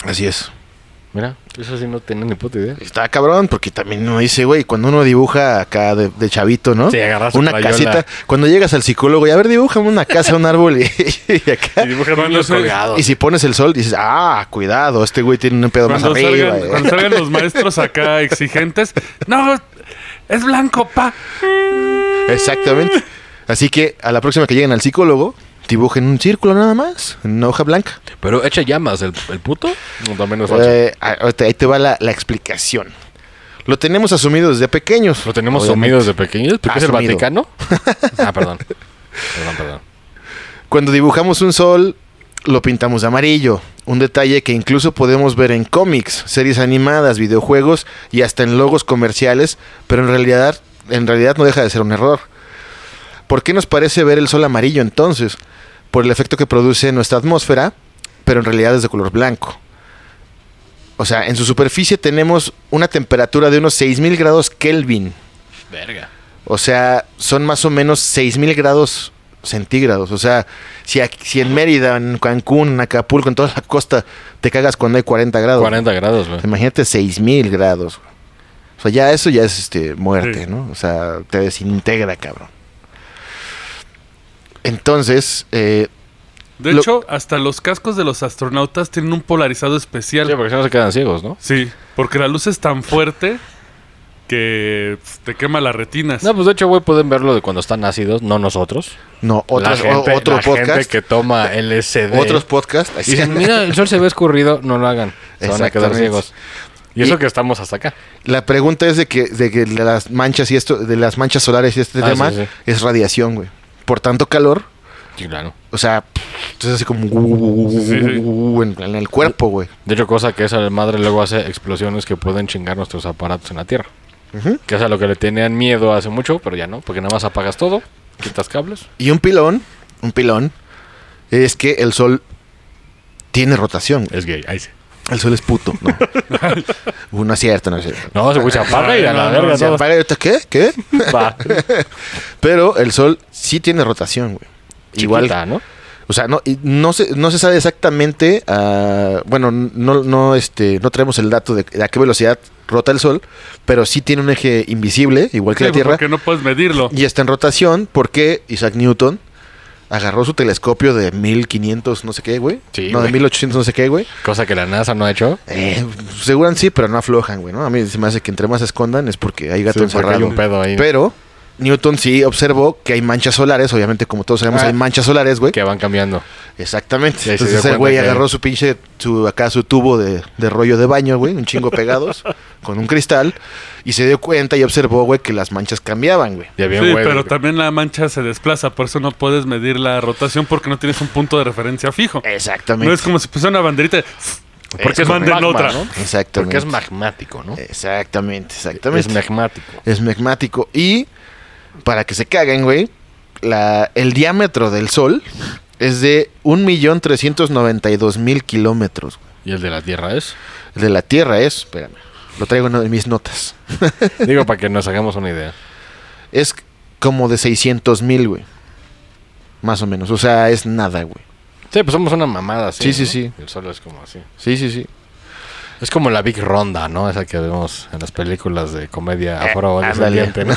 Speaker 2: así es.
Speaker 3: Mira, eso sí no tenía ni puta idea.
Speaker 2: Está cabrón, porque también uno dice, güey, cuando uno dibuja acá de, de chavito, ¿no?
Speaker 3: Sí, agarras tu
Speaker 2: una
Speaker 3: crayola.
Speaker 2: casita. Cuando llegas al psicólogo y a ver, dibújame una casa, un árbol y, y acá.
Speaker 4: Cuando, se-
Speaker 2: Y si pones el sol, dices, ah, cuidado, este güey tiene un pedo más
Speaker 4: cuando
Speaker 2: arriba.
Speaker 4: salgan,
Speaker 2: eh".
Speaker 4: cuando salgan los maestros acá exigentes, no, es blanco, pa.
Speaker 2: Exactamente. Así que a la próxima que lleguen al psicólogo, dibujen un círculo nada más, en una hoja blanca.
Speaker 3: Pero echa llamas el, el puto. No, también es falso.
Speaker 2: Eh, ah, ahorita- ahí te va la, la explicación. Lo tenemos asumido desde pequeños.
Speaker 3: Lo tenemos
Speaker 2: obviamente.
Speaker 3: sumido desde pequeños. ¿Porque es el
Speaker 2: Asumido.
Speaker 3: Vaticano? Ah, perdón. Perdón, perdón.
Speaker 2: Cuando dibujamos un sol, lo pintamos de amarillo. Un detalle que incluso podemos ver en cómics, series animadas, videojuegos y hasta en logos comerciales, pero en realidad, en realidad no deja de ser un error. ¿Por qué nos parece ver el sol amarillo entonces? Por el efecto que produce en nuestra atmósfera, pero en realidad es de color blanco. O sea, en su superficie tenemos una temperatura de unos 6000 grados Kelvin.
Speaker 3: Verga.
Speaker 2: O sea, son más o menos 6000 grados centígrados. O sea, si, aquí- si en Mérida, en Cancún, en Acapulco, en toda la costa, te cagas cuando hay 40 grados.
Speaker 3: 40 grados, güey.
Speaker 2: Imagínate 6000 grados. güey. O sea, ya eso ya es este muerte,
Speaker 4: Sí.
Speaker 2: ¿no? O sea, te desintegra, cabrón. Entonces, eh,
Speaker 4: De
Speaker 2: Lo-
Speaker 4: hecho, hasta los cascos de los astronautas tienen un polarizado especial.
Speaker 3: Sí, porque si no se quedan ciegos, ¿no?
Speaker 4: Sí, porque la luz es tan fuerte que pf, te quema las retinas.
Speaker 3: No, pues de hecho, güey, pueden verlo de cuando están ácidos, no nosotros.
Speaker 2: no, otras- o-
Speaker 3: la gente,
Speaker 2: otro
Speaker 3: la gente
Speaker 2: podcast.
Speaker 3: que toma LSD.
Speaker 2: Otros podcasts.
Speaker 3: Y dicen, mira, el sol se ve escurrido, no lo hagan. Se van a quedar
Speaker 2: Exactamente.
Speaker 3: ciegos. Y eso que estamos hasta acá.
Speaker 2: La pregunta es de que, de que de las manchas y esto, de las manchas solares y este
Speaker 3: Ah,
Speaker 2: tema,
Speaker 3: sí, sí.
Speaker 2: es radiación, güey. Por tanto calor,
Speaker 3: Sí, claro.
Speaker 2: O sea, entonces así como uh,
Speaker 4: Sí, sí.
Speaker 2: uh, en, en el cuerpo, güey.
Speaker 3: De hecho, cosa que esa madre luego hace explosiones que pueden chingar nuestros aparatos en la Tierra.
Speaker 2: Ujú.
Speaker 3: Que es a lo que le tenían miedo hace mucho, pero ya no, porque nada más apagas todo, quitas cables.
Speaker 2: Y un pilón, un pilón, es que el sol tiene rotación. güey.
Speaker 3: Es gay, ahí sí.
Speaker 2: El sol es puto. No, Uh, no es cierto, no es cierto.
Speaker 3: No, se, se apaga y a la
Speaker 4: No, no,
Speaker 3: verga
Speaker 2: O sea,
Speaker 3: todo.
Speaker 2: para- ¿Qué? ¿Qué?
Speaker 3: Va.
Speaker 2: Pero el sol sí tiene rotación, güey. Igual
Speaker 3: Chiquita, ¿no?
Speaker 2: O sea, no, y no, se, no se sabe exactamente, ah, bueno, no, no, este, no traemos el dato de, de a qué velocidad rota el Sol, pero sí tiene un eje invisible, igual que
Speaker 4: Sí,
Speaker 2: pues, la Tierra,
Speaker 4: Porque no puedes medirlo.
Speaker 2: y está en rotación porque Isaac Newton agarró su telescopio de 1500 no sé qué, güey.
Speaker 3: Sí,
Speaker 2: no, de
Speaker 3: güey.
Speaker 2: 1800 no sé qué, güey.
Speaker 3: Cosa que la NASA no ha hecho.
Speaker 2: Eh, seguran sí, pero no aflojan, güey, ¿no? A mí se me hace que entre más se escondan es porque hay gato
Speaker 3: Sí, porque
Speaker 2: encerrado.
Speaker 3: hay un pedo ahí.
Speaker 2: Pero Newton sí observó que hay manchas solares, obviamente como todos sabemos
Speaker 3: Ah.
Speaker 2: hay manchas solares, güey.
Speaker 3: Que van cambiando.
Speaker 2: Exactamente.
Speaker 3: Y ahí se
Speaker 2: Entonces
Speaker 3: dio
Speaker 2: ese
Speaker 3: cuenta
Speaker 2: güey
Speaker 3: que-
Speaker 2: agarró su pinche, su, acá su tubo de, de rollo de baño, güey, un chingo pegados, con un cristal, y se dio cuenta y observó, güey, que las manchas cambiaban, güey.
Speaker 3: Y había un
Speaker 4: Sí,
Speaker 3: güey
Speaker 4: pero
Speaker 3: de-
Speaker 4: también la mancha se desplaza, por eso no puedes medir la rotación porque no tienes un punto de referencia fijo.
Speaker 2: Exactamente.
Speaker 4: No es como si pusiera una banderita.
Speaker 3: Porque es
Speaker 4: manden
Speaker 3: magma,
Speaker 4: otra.
Speaker 3: ¿no?
Speaker 2: Exactamente.
Speaker 3: Porque es magmático, ¿no?
Speaker 2: Exactamente,
Speaker 3: Es
Speaker 2: exactamente.
Speaker 3: magmático.
Speaker 2: Es magmático. Y, para que se caguen, güey, la- el diámetro del Sol es de 1.392.000 kilómetros. güey.
Speaker 3: Y el de la Tierra es.
Speaker 2: El de la Tierra es, espérame, lo traigo en una de mis notas.
Speaker 3: Digo, para que nos hagamos una idea.
Speaker 2: Es como de 600 mil, güey. Más o menos. O sea, es nada, güey.
Speaker 3: Sí, pues somos una mamada, sí.
Speaker 2: Sí, sí,
Speaker 3: ¿no?
Speaker 2: sí.
Speaker 3: El sol es como así.
Speaker 2: Sí, sí, sí.
Speaker 3: Es como la Big Ronda, ¿no? Esa que vemos en las películas de comedia
Speaker 2: Eh,
Speaker 3: afro descendiente, ¿no?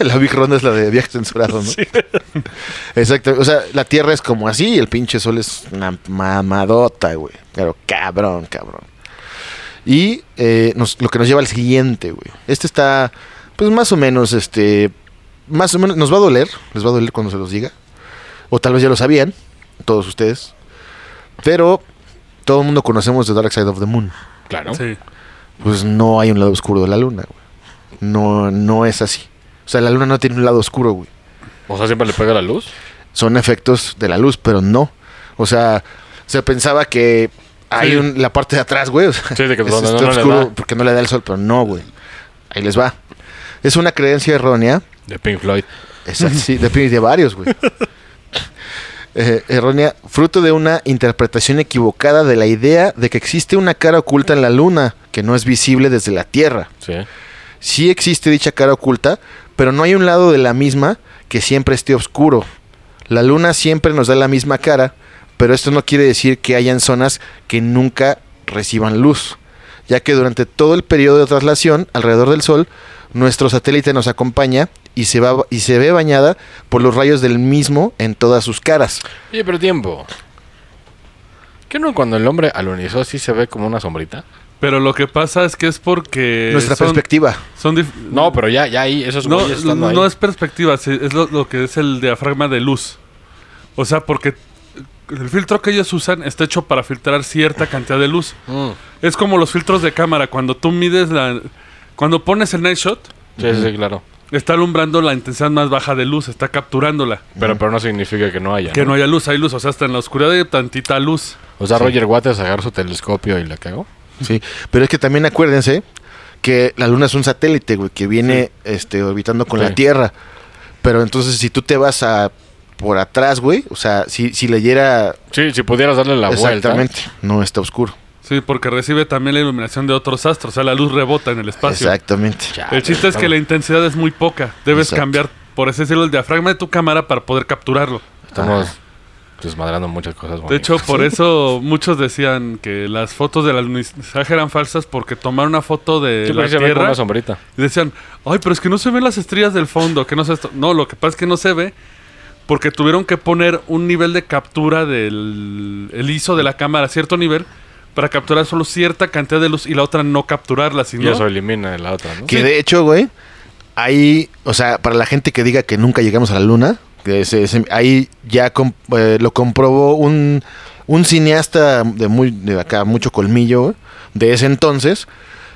Speaker 2: la Big Ronda es la de viaje censurado, ¿no? Exacto. O sea, la Tierra es como así y el pinche Sol es una mamadota, güey. Claro, cabrón, cabrón. Y eh, nos- lo que nos lleva al siguiente, güey. Este está, pues más o menos, este... Más o menos, nos va a doler. Les va a doler cuando se los diga. O tal vez ya lo sabían, todos ustedes. Pero todo el mundo conocemos The Dark Side of the Moon.
Speaker 3: Claro.
Speaker 4: Sí.
Speaker 2: pues no hay un lado oscuro de la luna, güey. No, no es así. O sea, la luna no tiene un lado oscuro, güey.
Speaker 3: O sea, siempre le pega la luz.
Speaker 2: Son efectos de la luz, pero no. O sea, se pensaba que hay
Speaker 4: Sí.
Speaker 2: un- la parte de atrás, güey. o sea,
Speaker 3: Sí, de que
Speaker 2: es-
Speaker 3: donde
Speaker 2: está
Speaker 3: no le
Speaker 2: oscuro
Speaker 3: da.
Speaker 2: porque no le da el sol, pero no, güey. Ahí les va. Es una creencia errónea
Speaker 3: De Pink Floyd.
Speaker 2: Exacto, sí, de, de varios, güey. Eh, errónea, fruto de una interpretación equivocada de la idea de que existe una cara oculta en la luna que no es visible desde la Tierra.
Speaker 3: Sí.
Speaker 2: Sí existe dicha cara oculta, pero no hay un lado de la misma que siempre esté oscuro. La luna siempre nos da la misma cara, pero esto no quiere decir que hayan zonas que nunca reciban luz, ya que durante todo el periodo de traslación alrededor del Sol, nuestro satélite nos acompaña y se, va, y se ve bañada por los rayos del mismo en todas sus caras.
Speaker 3: Oye, pero tiempo. ¿Qué no cuando el hombre alunizó así se ve como una sombrita?
Speaker 4: Pero lo que pasa es que es porque.
Speaker 2: Nuestra
Speaker 4: Eh, son-
Speaker 2: perspectiva.
Speaker 4: son dif-
Speaker 3: No, pero ya, ya ahí, esos
Speaker 4: No,
Speaker 3: güeyes estando ahí.
Speaker 4: no es perspectiva, sí, es lo, lo que es el diafragma de luz. O sea, porque el filtro que ellos usan está hecho para filtrar cierta cantidad de luz.
Speaker 3: Mm.
Speaker 4: Es como los filtros de cámara. Cuando tú mides la. Cuando pones el night shot,
Speaker 3: Sí, sí, claro.
Speaker 4: está alumbrando la intensidad más baja de luz, está capturándola.
Speaker 2: Mm.
Speaker 3: Pero, pero no significa que no haya.
Speaker 4: Que
Speaker 3: ¿no?
Speaker 4: no haya luz, hay luz. O sea, hasta en la oscuridad hay tantita luz.
Speaker 3: O sea, Roger Waters agarra su telescopio y la cagó.
Speaker 2: Sí, pero es que también acuérdense que la Luna es un satélite, güey, que viene este, orbitando con
Speaker 3: Sí.
Speaker 2: la Tierra. Pero entonces, si tú te vas a por atrás, güey, o sea, si, si leyera
Speaker 3: Sí, si pudieras darle la vuelta.
Speaker 2: exactamente, no está oscuro.
Speaker 4: Sí, porque recibe también la iluminación de otros astros. O sea, la luz rebota en el espacio.
Speaker 2: Exactamente.
Speaker 3: Chale,
Speaker 4: El chiste es
Speaker 3: está
Speaker 4: que la intensidad es muy poca. Debes
Speaker 2: Exacto.
Speaker 4: cambiar, por así decirlo, el diafragma de tu cámara para poder capturarlo.
Speaker 3: Estamos desmadrando muchas cosas.
Speaker 4: De
Speaker 3: bonitas.
Speaker 4: hecho, por eso muchos decían que las fotos del alunizaje eran falsas porque tomaron una foto de
Speaker 3: Sí,
Speaker 4: la
Speaker 3: porque se ve como
Speaker 4: Tierra
Speaker 3: una sombrita.
Speaker 4: y decían, ay, pero es que no se ven las estrellas del fondo, que no sé esto. No, lo que pasa es que no se ve porque tuvieron que poner un nivel de captura del el ISO de la cámara, cierto nivel, para capturar solo cierta cantidad de luz y la otra no capturarla,
Speaker 3: Y
Speaker 4: sino...
Speaker 3: eso elimina la otra, ¿no?
Speaker 2: Que de hecho, güey, ahí, o sea, para la gente que diga que nunca llegamos a la luna, que se- se- ahí ya com- eh, lo comprobó un, un cineasta de muy de acá, mucho colmillo, güey, de ese entonces,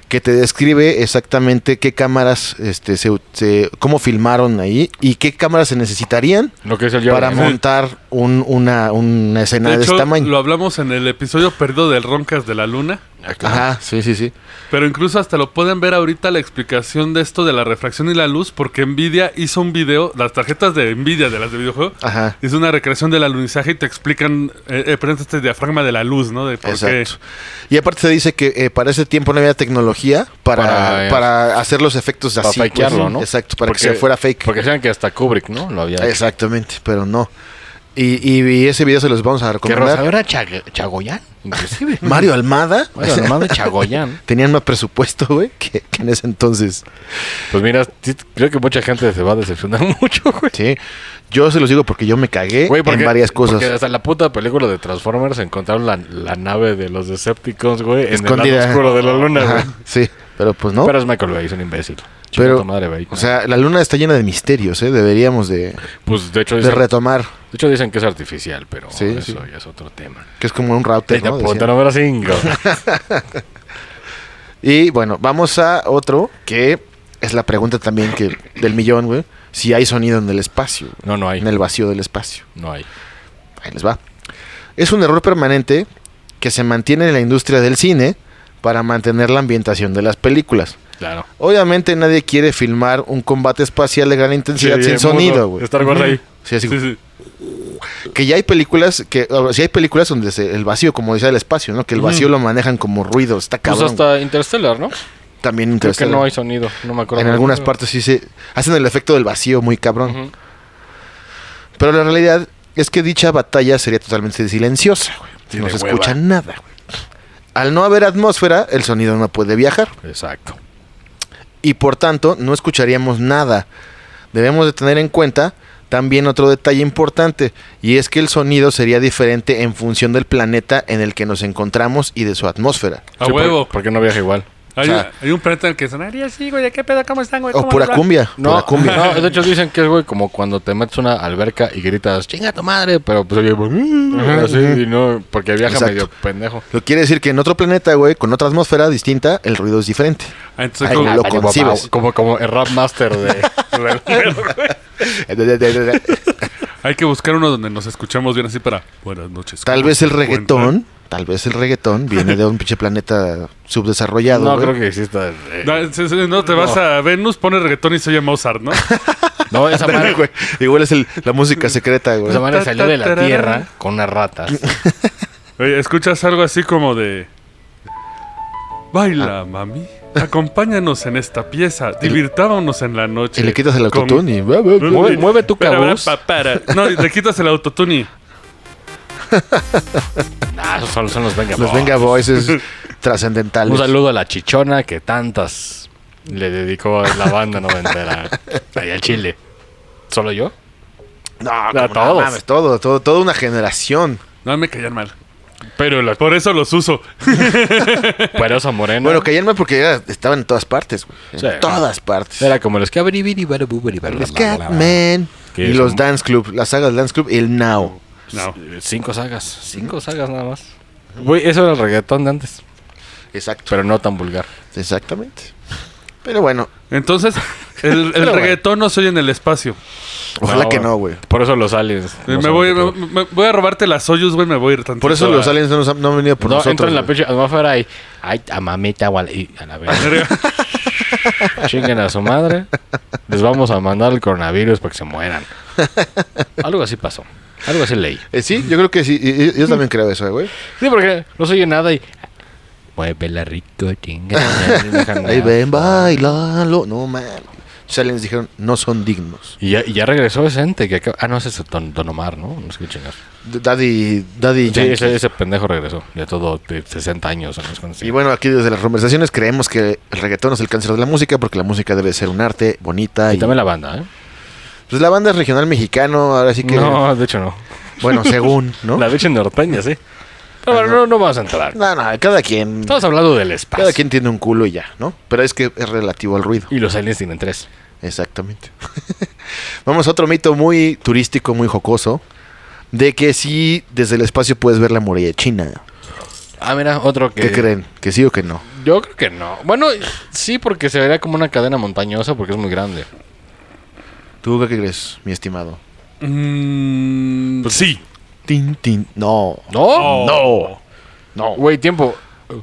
Speaker 2: que te describe exactamente qué cámaras, este, se, u- se- cómo filmaron ahí y qué cámaras se necesitarían
Speaker 3: Lo que es el yo.
Speaker 2: para
Speaker 3: ¿no?
Speaker 2: montar un- una, una escena
Speaker 4: De
Speaker 2: de,
Speaker 4: hecho,
Speaker 2: este tamaño.
Speaker 4: lo hablamos en el episodio perdido del Roncas de la Luna,
Speaker 3: Ah, claro.
Speaker 2: Ajá, sí, sí, sí.
Speaker 4: pero incluso hasta lo pueden ver ahorita la explicación de esto de la refracción y la luz, porque Nvidia hizo un video, las tarjetas de Nvidia de las de videojuego,
Speaker 2: Ajá.
Speaker 4: hizo una recreación del alunizaje y te explican, eh, eh, por ejemplo, este diafragma de la luz, ¿no? De por qué.
Speaker 2: Exacto. Y aparte se dice que eh, para ese tiempo no había tecnología para,
Speaker 3: Para,
Speaker 2: para,
Speaker 3: eh,
Speaker 2: hacer los efectos
Speaker 3: para
Speaker 2: así. pues.
Speaker 3: fakearlo, ¿no?
Speaker 2: Exacto, para
Speaker 3: Porque-
Speaker 2: que se fuera fake.
Speaker 3: Porque saben que hasta Kubrick, ¿no? Lo había hecho.
Speaker 2: Exactamente, pero no. Y, y- y ese video se los vamos a
Speaker 3: Que Rosario
Speaker 2: recomendar.
Speaker 3: era Chag- Chagoyán, inclusive.
Speaker 2: Mario Almada.
Speaker 3: Bueno, además de Chagoyán.
Speaker 2: Tenían más presupuesto, güey, que, que en ese entonces.
Speaker 3: Pues mira, sí, creo que mucha gente se va a decepcionar mucho, güey.
Speaker 2: Sí. Yo se los digo porque yo me cagué
Speaker 3: Güey, porque-
Speaker 2: en varias cosas.
Speaker 3: Porque hasta la puta película de Transformers encontraron la, la nave de los Decepticons, güey, en el
Speaker 2: Escondida.
Speaker 3: lado oscuro de la luna,
Speaker 2: Ajá,
Speaker 3: güey.
Speaker 2: sí, pero pues no.
Speaker 3: Pero es Michael Bay, es un imbécil.
Speaker 2: Pero,
Speaker 3: Pero, madre, Bay.
Speaker 2: o sea, la luna está llena de misterios, ¿eh? Deberíamos de,
Speaker 3: pues de hecho,
Speaker 2: de
Speaker 3: dicen,
Speaker 2: retomar,
Speaker 3: de hecho dicen que es artificial, pero
Speaker 2: Sí,
Speaker 3: eso
Speaker 2: sí.
Speaker 3: ya es otro tema.
Speaker 2: que es como un router,
Speaker 3: Venga,
Speaker 2: ¿no?
Speaker 3: punto
Speaker 2: Decían.
Speaker 3: número 5.
Speaker 2: Y bueno, vamos a otro que es la pregunta también que del millón, güey. Si hay sonido en el espacio, güey,
Speaker 3: No, no hay.
Speaker 2: en el vacío del espacio.
Speaker 3: No hay.
Speaker 2: Ahí les va. Es un error permanente que se mantiene en la industria del cine para mantener la ambientación de las películas.
Speaker 3: Claro.
Speaker 2: Obviamente nadie quiere filmar un combate espacial de gran intensidad
Speaker 3: Sí,
Speaker 2: sin
Speaker 3: mudo.
Speaker 2: sonido, güey.
Speaker 3: Star Wars ahí.
Speaker 2: Sí, así,
Speaker 4: Sí, sí.
Speaker 2: Que ya hay películas que si hay películas donde se- el vacío, como decía el espacio, ¿no? Que el vacío lo manejan como ruido, está
Speaker 3: Pues
Speaker 2: cabrón. güey.
Speaker 3: hasta Interstellar, ¿no?
Speaker 2: También
Speaker 3: Creo que
Speaker 2: interesante.
Speaker 3: no hay sonido. No me acuerdo.
Speaker 2: En algunas partes sí se hacen el efecto del vacío muy cabrón.
Speaker 3: Ujú.
Speaker 2: Pero la realidad es que dicha batalla sería totalmente silenciosa, güey.
Speaker 3: Sí,
Speaker 2: no
Speaker 3: de
Speaker 2: se
Speaker 3: hueva.
Speaker 2: escucha nada, güey. Al no haber atmósfera, el sonido no puede viajar
Speaker 3: Exacto.
Speaker 2: y por tanto no escucharíamos nada. Debemos de tener en cuenta también otro detalle importante y es que el sonido sería diferente en función del planeta en el que nos encontramos y de su atmósfera.
Speaker 4: A
Speaker 3: Sí, por-
Speaker 4: huevo.
Speaker 3: Porque no viaja igual.
Speaker 4: Hay,
Speaker 2: o sea-
Speaker 4: hay un planeta en el que dicen, "Arias, sí, güey, ¿de qué pedo? ¿Cómo están, güey?
Speaker 2: O
Speaker 4: ¿Cómo
Speaker 2: pura
Speaker 4: hablan?"
Speaker 2: cumbia,
Speaker 3: No,
Speaker 2: pura cumbia.
Speaker 3: no, de hecho dicen que es, güey, como cuando te metes una alberca y gritas, chinga tu madre, pero pues oye, güey, así, y no, porque viaja
Speaker 2: Exacto.
Speaker 3: medio pendejo.
Speaker 2: Lo que quiere decir que en otro planeta, güey, con otra atmósfera distinta, el ruido es diferente.
Speaker 4: Ah, Entonces,
Speaker 2: Ay,
Speaker 4: como-
Speaker 2: lo concibes.
Speaker 3: Como, como el rap master de...
Speaker 4: hay que buscar uno donde nos escuchamos bien así para buenas noches.
Speaker 2: Tal
Speaker 4: ¿cómo
Speaker 2: vez el
Speaker 4: se encuentran?"
Speaker 2: reggaetón, tal vez el reggaetón viene de un pinche planeta subdesarrollado.
Speaker 3: no
Speaker 2: güey.
Speaker 3: creo que exista. eh,
Speaker 4: No, sí, sí, no, te vas a Venus, pones reggaetón y se oye Mozart, ¿no?
Speaker 3: no, esa
Speaker 2: Ándale,
Speaker 3: madre,
Speaker 2: güey. Igual es el- la música secreta, güey.
Speaker 3: esa madre salió de Pues la
Speaker 4: Tararara.
Speaker 3: tierra con unas ratas.
Speaker 4: Oye, escuchas algo así como de...
Speaker 2: Ah.
Speaker 4: Baila, mami. Acompáñanos en esta pieza. Divirtámonos en la noche.
Speaker 2: Y le quitas el
Speaker 4: Con-
Speaker 2: autotune y...
Speaker 3: Mueve- mueve tu
Speaker 4: Para,
Speaker 3: cabuz.
Speaker 4: para, para. No, y le quitas el autotune.
Speaker 3: Ah, esos son, son los Venga
Speaker 2: Los
Speaker 3: Boys.
Speaker 2: Venga Voices trascendentales.
Speaker 3: Un saludo a la chichona que tantas le dedicó la banda noventera. Allá al Chile. ¿Solo yo?
Speaker 2: No,
Speaker 3: A
Speaker 2: como,
Speaker 3: todos.
Speaker 2: no mames, todo, todo, toda una generación.
Speaker 4: No me callan mal.
Speaker 3: Pero la...
Speaker 4: Por eso los uso.
Speaker 3: Perosa Morena.
Speaker 2: Bueno, callarme porque era- estaban en todas partes, güey. En
Speaker 3: Sí.
Speaker 2: todas partes.
Speaker 3: Era como los Cabri, biri, baru, bu, bari, baru,
Speaker 2: El
Speaker 3: bla, bla, bla, bla.
Speaker 2: Scatman.
Speaker 3: Que
Speaker 2: Y
Speaker 3: es
Speaker 2: los
Speaker 3: un-
Speaker 2: Dance Club, la saga del Dance Club y el Now.
Speaker 4: No.
Speaker 3: Cinco sagas. Cinco sagas nada más. Güey, eso era el reggaetón de antes.
Speaker 2: Exacto.
Speaker 3: Pero no tan vulgar.
Speaker 2: Exactamente. Pero bueno,
Speaker 4: Entonces, el, el
Speaker 3: bueno.
Speaker 4: reggaetón no se oye en el espacio.
Speaker 2: ojalá
Speaker 3: No,
Speaker 2: que no, güey.
Speaker 3: Por eso los aliens.
Speaker 4: Eh,
Speaker 3: no
Speaker 4: me,
Speaker 3: son
Speaker 4: voy,
Speaker 3: reggaetón.
Speaker 4: me- me- voy a robarte las Soyuz, güey, me voy a ir tantito.
Speaker 2: Por eso
Speaker 4: a-
Speaker 2: los aliens no, nos han, no han venido por
Speaker 3: no,
Speaker 2: nosotros.
Speaker 3: entra en la
Speaker 2: güey.
Speaker 3: pinche atmósfera y. Ay, a mamita o a la, y a la verga. Chinguen a su madre. Les vamos a mandar el coronavirus para que se mueran. Algo así pasó. Algo así leí.
Speaker 2: Eh, sí, yo creo que sí. y- y- Yo también creo eso, eh, güey.
Speaker 3: Sí, porque no se oye nada y. Muévela rico, chinga.
Speaker 2: Ahí ven, bailalo. No, man. Los aliens dijeron, no son dignos.
Speaker 3: Y ya, y ya regresó ese que acaba- Ah, no, ese es Don, Don Omar, ¿no? No sé qué chingas.
Speaker 2: D- Daddy, Daddy
Speaker 3: Sí,
Speaker 2: Yankee.
Speaker 3: ese, ese pendejo regresó. Ya todo de 60 años. o no sé cuántos.
Speaker 2: Y bueno, aquí desde las conversaciones creemos que el reggaetón es el cáncer de la música porque la música debe ser un arte bonita.
Speaker 3: Y
Speaker 2: Y,
Speaker 3: también la banda, ¿eh?
Speaker 2: Pues la banda es regional mexicano, ahora sí que...
Speaker 3: No, de hecho no.
Speaker 2: Bueno, según, ¿no? Ah,
Speaker 3: La de hecho norteña, sí. Pero bueno, no, no vamos a entrar.
Speaker 2: No, no, cada quien...
Speaker 3: Estamos hablando del espacio.
Speaker 2: Cada quien tiene un culo y ya, ¿no? Pero es que es relativo al ruido.
Speaker 3: Y los aliens tienen tres.
Speaker 2: Exactamente. Vamos a otro mito muy turístico, muy jocoso, de que sí, desde el espacio puedes ver la muralla china.
Speaker 3: Ah, mira, otro que.
Speaker 2: ¿Qué creen? ¿Que sí o que no?
Speaker 3: Yo creo que no. Bueno, sí, porque se vería como una cadena montañosa porque es muy grande.
Speaker 2: ¿Tú qué crees, mi estimado?
Speaker 4: Mm,
Speaker 2: Pues
Speaker 4: sí.
Speaker 2: Tin, tin. No.
Speaker 3: No,
Speaker 4: No.
Speaker 3: Oh. no. Güey, tiempo.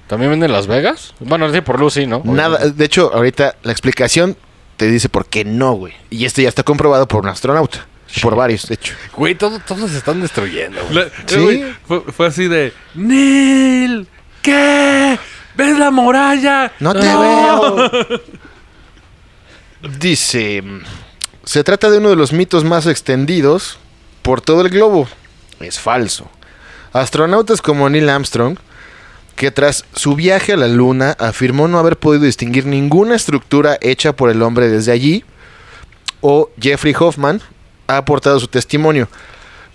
Speaker 3: ¿También venden Las Vegas? Bueno, sí, por luz, sí, ¿no?
Speaker 2: Nada. De hecho, ahorita la explicación te dice por qué no, güey. Y este ya está comprobado por un astronauta. Por varios, de hecho.
Speaker 3: Güey, todo- todos se están destruyendo. güey.
Speaker 4: La- eh,
Speaker 2: ¿Sí?
Speaker 4: güey, fue, fue así de. ¡Nil! ¿Qué? ¿Ves la muralla?
Speaker 2: No te veo. Dice, mm, se trata de uno de los mitos más extendidos por todo el globo. Es falso. Astronautas como Neil Armstrong, que tras su viaje a la Luna afirmó no haber podido distinguir ninguna estructura hecha por el hombre desde allí, o Jeffrey Hoffman ha aportado su testimonio.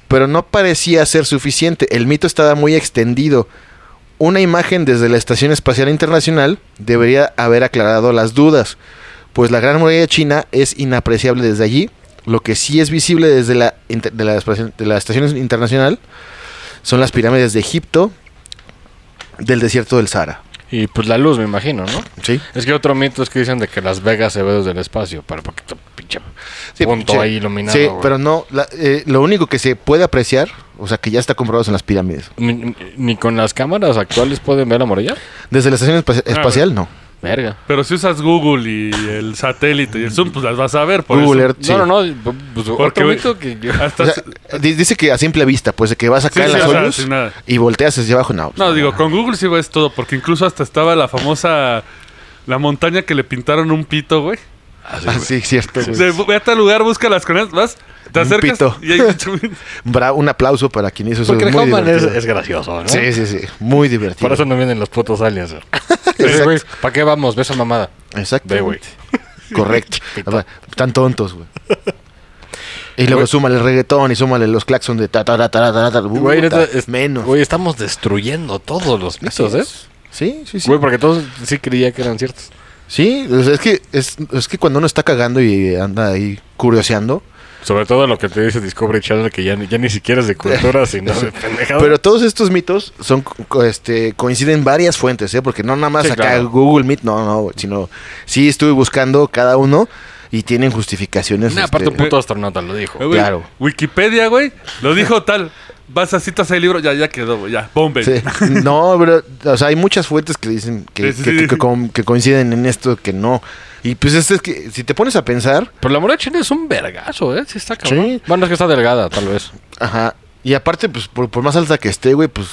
Speaker 2: Pero no parecía ser suficiente. El mito estaba muy extendido. Una imagen desde la Estación Espacial Internacional debería haber aclarado las dudas, pues la Gran Muralla China es inapreciable desde allí. Lo que sí es visible desde la, inter- de la, espaci- de la Estación Internacional son las pirámides de Egipto, del desierto del Sahara.
Speaker 3: Y pues la luz, me imagino, ¿no?
Speaker 2: ¿Sí?
Speaker 3: Es que otro mito es que dicen de que Las Vegas se ve desde el espacio, pero porque tu pinche punto
Speaker 2: sí.
Speaker 3: ahí iluminado.
Speaker 2: Sí,
Speaker 3: güey.
Speaker 2: pero no, la- eh, lo único que se puede apreciar, o sea, que ya está comprobado son las pirámides.
Speaker 3: Ni, ni- ni con las cámaras actuales pueden ver la muralla.
Speaker 2: Desde la Estación Espaci- Espacial, no.
Speaker 3: Verga.
Speaker 4: Pero si usas Google y el satélite y el Zoom, pues las vas a ver. Por
Speaker 2: Google
Speaker 4: eso.
Speaker 2: Earth, sí.
Speaker 3: No, no, no. Pues,
Speaker 4: Porque,
Speaker 3: otro
Speaker 4: güey,
Speaker 3: mito que yo.
Speaker 4: Hasta-
Speaker 2: O sea, di- dice que a simple vista, pues de que vas a
Speaker 4: sí,
Speaker 2: caer
Speaker 4: sí,
Speaker 2: en
Speaker 4: o
Speaker 2: las
Speaker 4: sea,
Speaker 2: hoyos
Speaker 4: sin nada.
Speaker 2: y volteas hacia abajo, no. pues,
Speaker 4: No, digo, con Google sí ves todo, porque incluso hasta estaba la famosa. La montaña que le pintaron un pito, güey.
Speaker 2: Ah, sí, cierto.
Speaker 4: O
Speaker 2: güey.
Speaker 4: sea, ve a tal lugar, busca las coordenadas, vas, te
Speaker 2: Un
Speaker 4: acercas.
Speaker 2: pito.
Speaker 4: Y ahí-
Speaker 2: Bra- un aplauso para quien hizo eso.
Speaker 3: Porque
Speaker 2: es
Speaker 3: el
Speaker 2: muy
Speaker 3: Hoffman es,
Speaker 2: divertido.
Speaker 3: es gracioso, ¿no?
Speaker 2: Sí, sí, sí. Muy divertido.
Speaker 3: Por eso no vienen los putos aliens. güey.
Speaker 2: Exacto.
Speaker 3: Güey, ¿Para qué vamos? Ve esa mamada.
Speaker 2: Exacto.
Speaker 3: Ve, güey.
Speaker 2: Correcto. O sea, Están tontos, güey. Y luego
Speaker 3: Güey.
Speaker 2: súmale el reggaetón y súmale los claxons de ta ta ta ta ta ta, ta,
Speaker 3: Güey,
Speaker 2: puta,
Speaker 3: neta, es-
Speaker 2: menos.
Speaker 3: Güey, estamos destruyendo todos los
Speaker 2: Así
Speaker 3: mitos, ¿eh?
Speaker 2: es. Sí, sí, sí.
Speaker 3: Güey, porque todos sí creía que eran ciertos.
Speaker 2: Sí, o sea, es que es, es que cuando uno está cagando y anda ahí curioseando,
Speaker 3: Sobre todo lo que te dice Discovery Channel, que ya, ni- ya ni siquiera es de cultura, sino de pendejada.
Speaker 2: pero todos estos mitos son co- co- este coinciden varias fuentes, ¿eh? Porque no nada más
Speaker 3: Sí,
Speaker 2: acá
Speaker 3: claro.
Speaker 2: Google Meet, no, no, güey, sino sí estuve buscando cada uno y tienen justificaciones.
Speaker 3: Nah, aparte
Speaker 2: este,
Speaker 3: un puto astronauta lo dijo.
Speaker 4: Eh, güey,
Speaker 2: Claro.
Speaker 4: Wikipedia, güey, lo dijo tal. Vas a citas el libro, ya, ya quedó, güey, ya, bombe.
Speaker 2: Sí. No, pero o sea, hay muchas fuentes que dicen que,
Speaker 4: Sí, sí,
Speaker 2: que-
Speaker 4: sí.
Speaker 2: que com- que coinciden en esto que no. Y pues es, es que si te pones a pensar,
Speaker 3: Pero la muralla china es un vergazo, ¿eh? Sí está cabrón.
Speaker 2: Sí.
Speaker 3: Bueno, es que está delgada, tal vez.
Speaker 2: ajá, y aparte pues por, por más alta que esté, güey, pues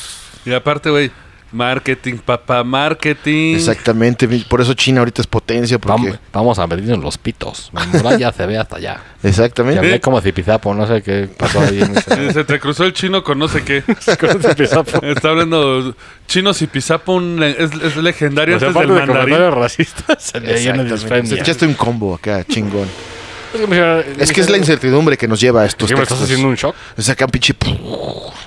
Speaker 4: Y aparte, güey, marketing, papá, marketing.
Speaker 2: exactamente, por eso China ahorita es potencia porque
Speaker 3: Vam- vamos a meternos los pitos. La muralla se ve hasta allá. Y
Speaker 2: exactamente.
Speaker 3: hablé como Zipizapo, no sé qué pasó ahí. En
Speaker 4: Eh, Se te cruzó el chino con no sé qué.
Speaker 3: Zipizapo.
Speaker 4: Está hablando chinos y pisapo, un le- es, es legendario
Speaker 3: O sea,
Speaker 4: antes del
Speaker 3: aparte de
Speaker 4: mandarín.
Speaker 3: comentarios racistas, se le llena
Speaker 2: Exactamente.
Speaker 3: de blasfemia.
Speaker 2: Echaste un combo acá, chingón.
Speaker 3: Es que, me dijeron-
Speaker 2: Es que es la incertidumbre que nos lleva a estos
Speaker 3: ¿Qué me estás
Speaker 2: textos.
Speaker 3: haciendo un shock?
Speaker 2: Saca un pinche...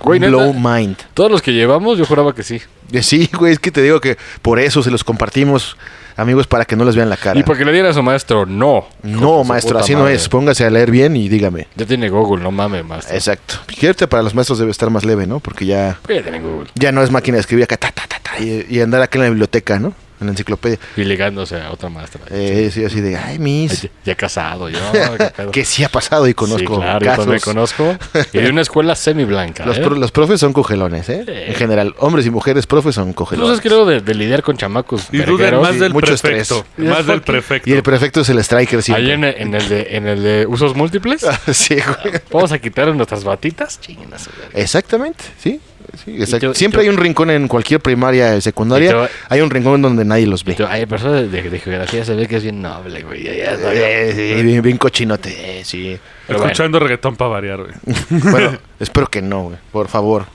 Speaker 3: Güey, neta.
Speaker 2: Blow mind.
Speaker 3: Todos los que llevamos, yo juraba que sí.
Speaker 2: Eh, Sí, güey, es que te digo que por eso se los compartimos, amigos, para que no les vean la cara.
Speaker 3: Y porque le diera a su maestro, no. Hijo de
Speaker 2: No,
Speaker 3: su
Speaker 2: maestro,
Speaker 3: puta
Speaker 2: así no
Speaker 3: madre.
Speaker 2: es. pues. Póngase a leer bien y dígame.
Speaker 3: Ya tiene Google, no mames, maestro.
Speaker 2: Exacto. Fíjate, para los maestros debe estar más leve, ¿no? Porque ya,
Speaker 3: Pues ya tiene Google.
Speaker 2: ya no es máquina de escribir acá, ta, ta, ta, ta, y, y andar acá en la biblioteca, ¿no? En la enciclopedia.
Speaker 3: Y ligándose a otra maestra.
Speaker 2: Eh, sí, así de, ay,
Speaker 3: Ay,
Speaker 2: mis,
Speaker 3: ya, ya casado, yo. ¿qué pedo?
Speaker 2: que sí ha pasado y conozco
Speaker 3: sí, claro, yo
Speaker 2: casos.
Speaker 3: también conozco. Y de una escuela semiblanca.
Speaker 2: Los,
Speaker 3: ¿eh?
Speaker 2: pro- los profes son cogelones, ¿eh?
Speaker 3: Sí.
Speaker 2: En general, hombres y mujeres, profes son cogelones.
Speaker 3: Entonces creo de, de lidiar con chamacos.
Speaker 4: Y dudan
Speaker 3: vergueros.
Speaker 4: más del
Speaker 2: mucho
Speaker 4: prefecto.
Speaker 2: estrés.
Speaker 4: Más del
Speaker 3: fucking-
Speaker 4: prefecto.
Speaker 2: y el prefecto es el striker
Speaker 3: Ahí
Speaker 2: siempre.
Speaker 3: en, en el de, en el de usos múltiples,
Speaker 2: sí, güey.
Speaker 3: vamos a quitar nuestras batitas. Chinguen a su verga.
Speaker 2: Exactamente, sí. sí, exacto.
Speaker 3: yo- y
Speaker 2: Siempre
Speaker 3: yo-
Speaker 2: hay un rincón en cualquier primaria y
Speaker 3: Y yo-
Speaker 2: secundaria. hay un rincón donde nadie los ve.
Speaker 3: Yo- Hay personas de, de geografía, se ve que es bien noble, güey. ya- ya sabía.
Speaker 2: Eh, sí, bien, bien cochinote, eh, sí.
Speaker 3: Pero bueno.
Speaker 4: Escuchando reggaetón para variar, güey.
Speaker 2: Bueno, espero que no, güey, por favor.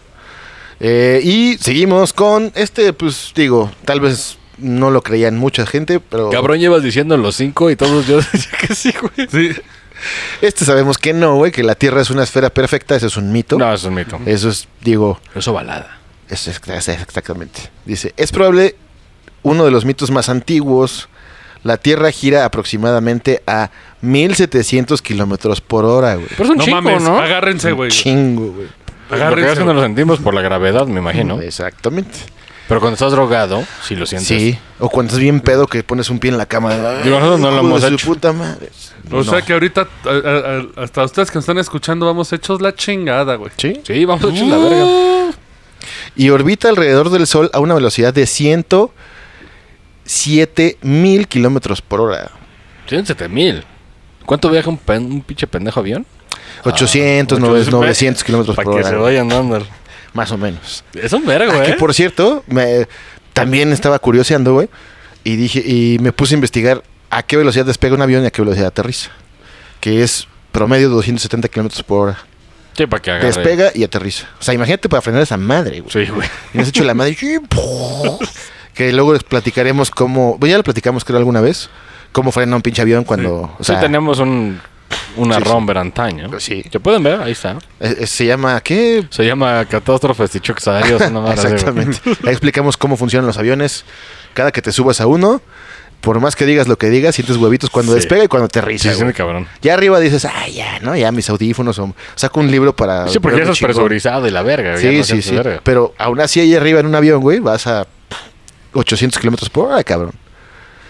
Speaker 2: Eh, y seguimos con este, pues digo, tal vez no lo creían mucha gente, pero
Speaker 3: Cabrón, llevas diciendo los cinco y todos yo decía que sí, güey.
Speaker 4: Sí.
Speaker 2: este sabemos que no, güey, que la Tierra es una esfera perfecta, eso es un mito.
Speaker 3: No, eso es mito.
Speaker 2: Eso es, digo,
Speaker 3: Eso balada.
Speaker 2: Eso es, es- exactamente. Dice, es probable uno de los mitos más antiguos. La Tierra gira aproximadamente a 1700 kilómetros por hora, güey.
Speaker 3: Pero es un
Speaker 4: No
Speaker 3: chingo,
Speaker 4: mames,
Speaker 3: ¿no?
Speaker 4: agárrense, güey.
Speaker 2: Chingo, güey.
Speaker 3: Porque
Speaker 4: Agárrense.
Speaker 3: eso no lo sentimos por la gravedad, me imagino.
Speaker 2: Exactamente.
Speaker 3: Pero cuando estás drogado, sí lo sientes.
Speaker 2: Sí. O cuando estás bien pedo que pones un pie en la cama.
Speaker 3: Digo, nosotros no lo
Speaker 2: Hijo de
Speaker 3: hemos
Speaker 2: su
Speaker 3: hecho.
Speaker 2: puta madre.
Speaker 4: O sea
Speaker 2: No.
Speaker 4: que ahorita, a- a- a- hasta ustedes que nos están escuchando, vamos hechos la chingada, güey.
Speaker 2: Sí.
Speaker 3: Sí, vamos a echar la verga.
Speaker 2: Y orbita alrededor del Sol a una velocidad de 107 mil kilómetros por hora.
Speaker 3: Tienen 7000. ¿Cuánto viaja un, pen- un pinche pendejo avión?
Speaker 2: 800, 900 kilómetros Pues por
Speaker 3: Para que se
Speaker 2: hora.
Speaker 3: vaya andando.
Speaker 2: Más o menos.
Speaker 3: Es un vergo,
Speaker 2: Que
Speaker 3: ¿eh?
Speaker 2: por cierto, me- también estaba curioseando, güey. Y dije, y me puse a investigar a qué velocidad despega un avión y a qué velocidad aterriza. Que es promedio de 270 kilómetros por hora.
Speaker 3: Sí, para que agarre.
Speaker 2: Despega y aterriza. O sea, imagínate para frenar esa madre, güey.
Speaker 3: Sí, güey.
Speaker 2: Y nos ha hecho la madre. y ¡pum! que luego les platicaremos cómo. Pues ya lo platicamos, creo, alguna vez. Cómo frena un pinche avión cuando. O sea,
Speaker 3: sí, tenemos un, una
Speaker 2: Sí, sí.
Speaker 3: romper antaño.
Speaker 2: Sí.
Speaker 3: Que pueden ver, ahí está.
Speaker 2: eh, eh, se llama. ¿Qué?
Speaker 3: Se llama Catástrofes y Choques Aéreos. una madre así, güey.
Speaker 2: Exactamente. Ahí explicamos cómo funcionan los aviones. Cada que te subas a uno, por más que digas lo que digas, sientes huevitos cuando
Speaker 3: Sí.
Speaker 2: despega y cuando aterriza.
Speaker 3: Sí, sí,
Speaker 2: güey.
Speaker 3: cabrón.
Speaker 2: ya arriba dices, ah, ya, ¿no? Ya mis audífonos. o- Saco un libro para.
Speaker 3: Sí, porque ya
Speaker 2: verme
Speaker 3: estás
Speaker 2: Ah, chingón".
Speaker 3: presurizado y la verga. güey, ya
Speaker 2: Sí,
Speaker 3: no
Speaker 2: sí,
Speaker 3: sientes
Speaker 2: sí.
Speaker 3: verga.
Speaker 2: Pero aún así, ahí arriba en un avión, güey, vas a 800 kilómetros por hora, cabrón.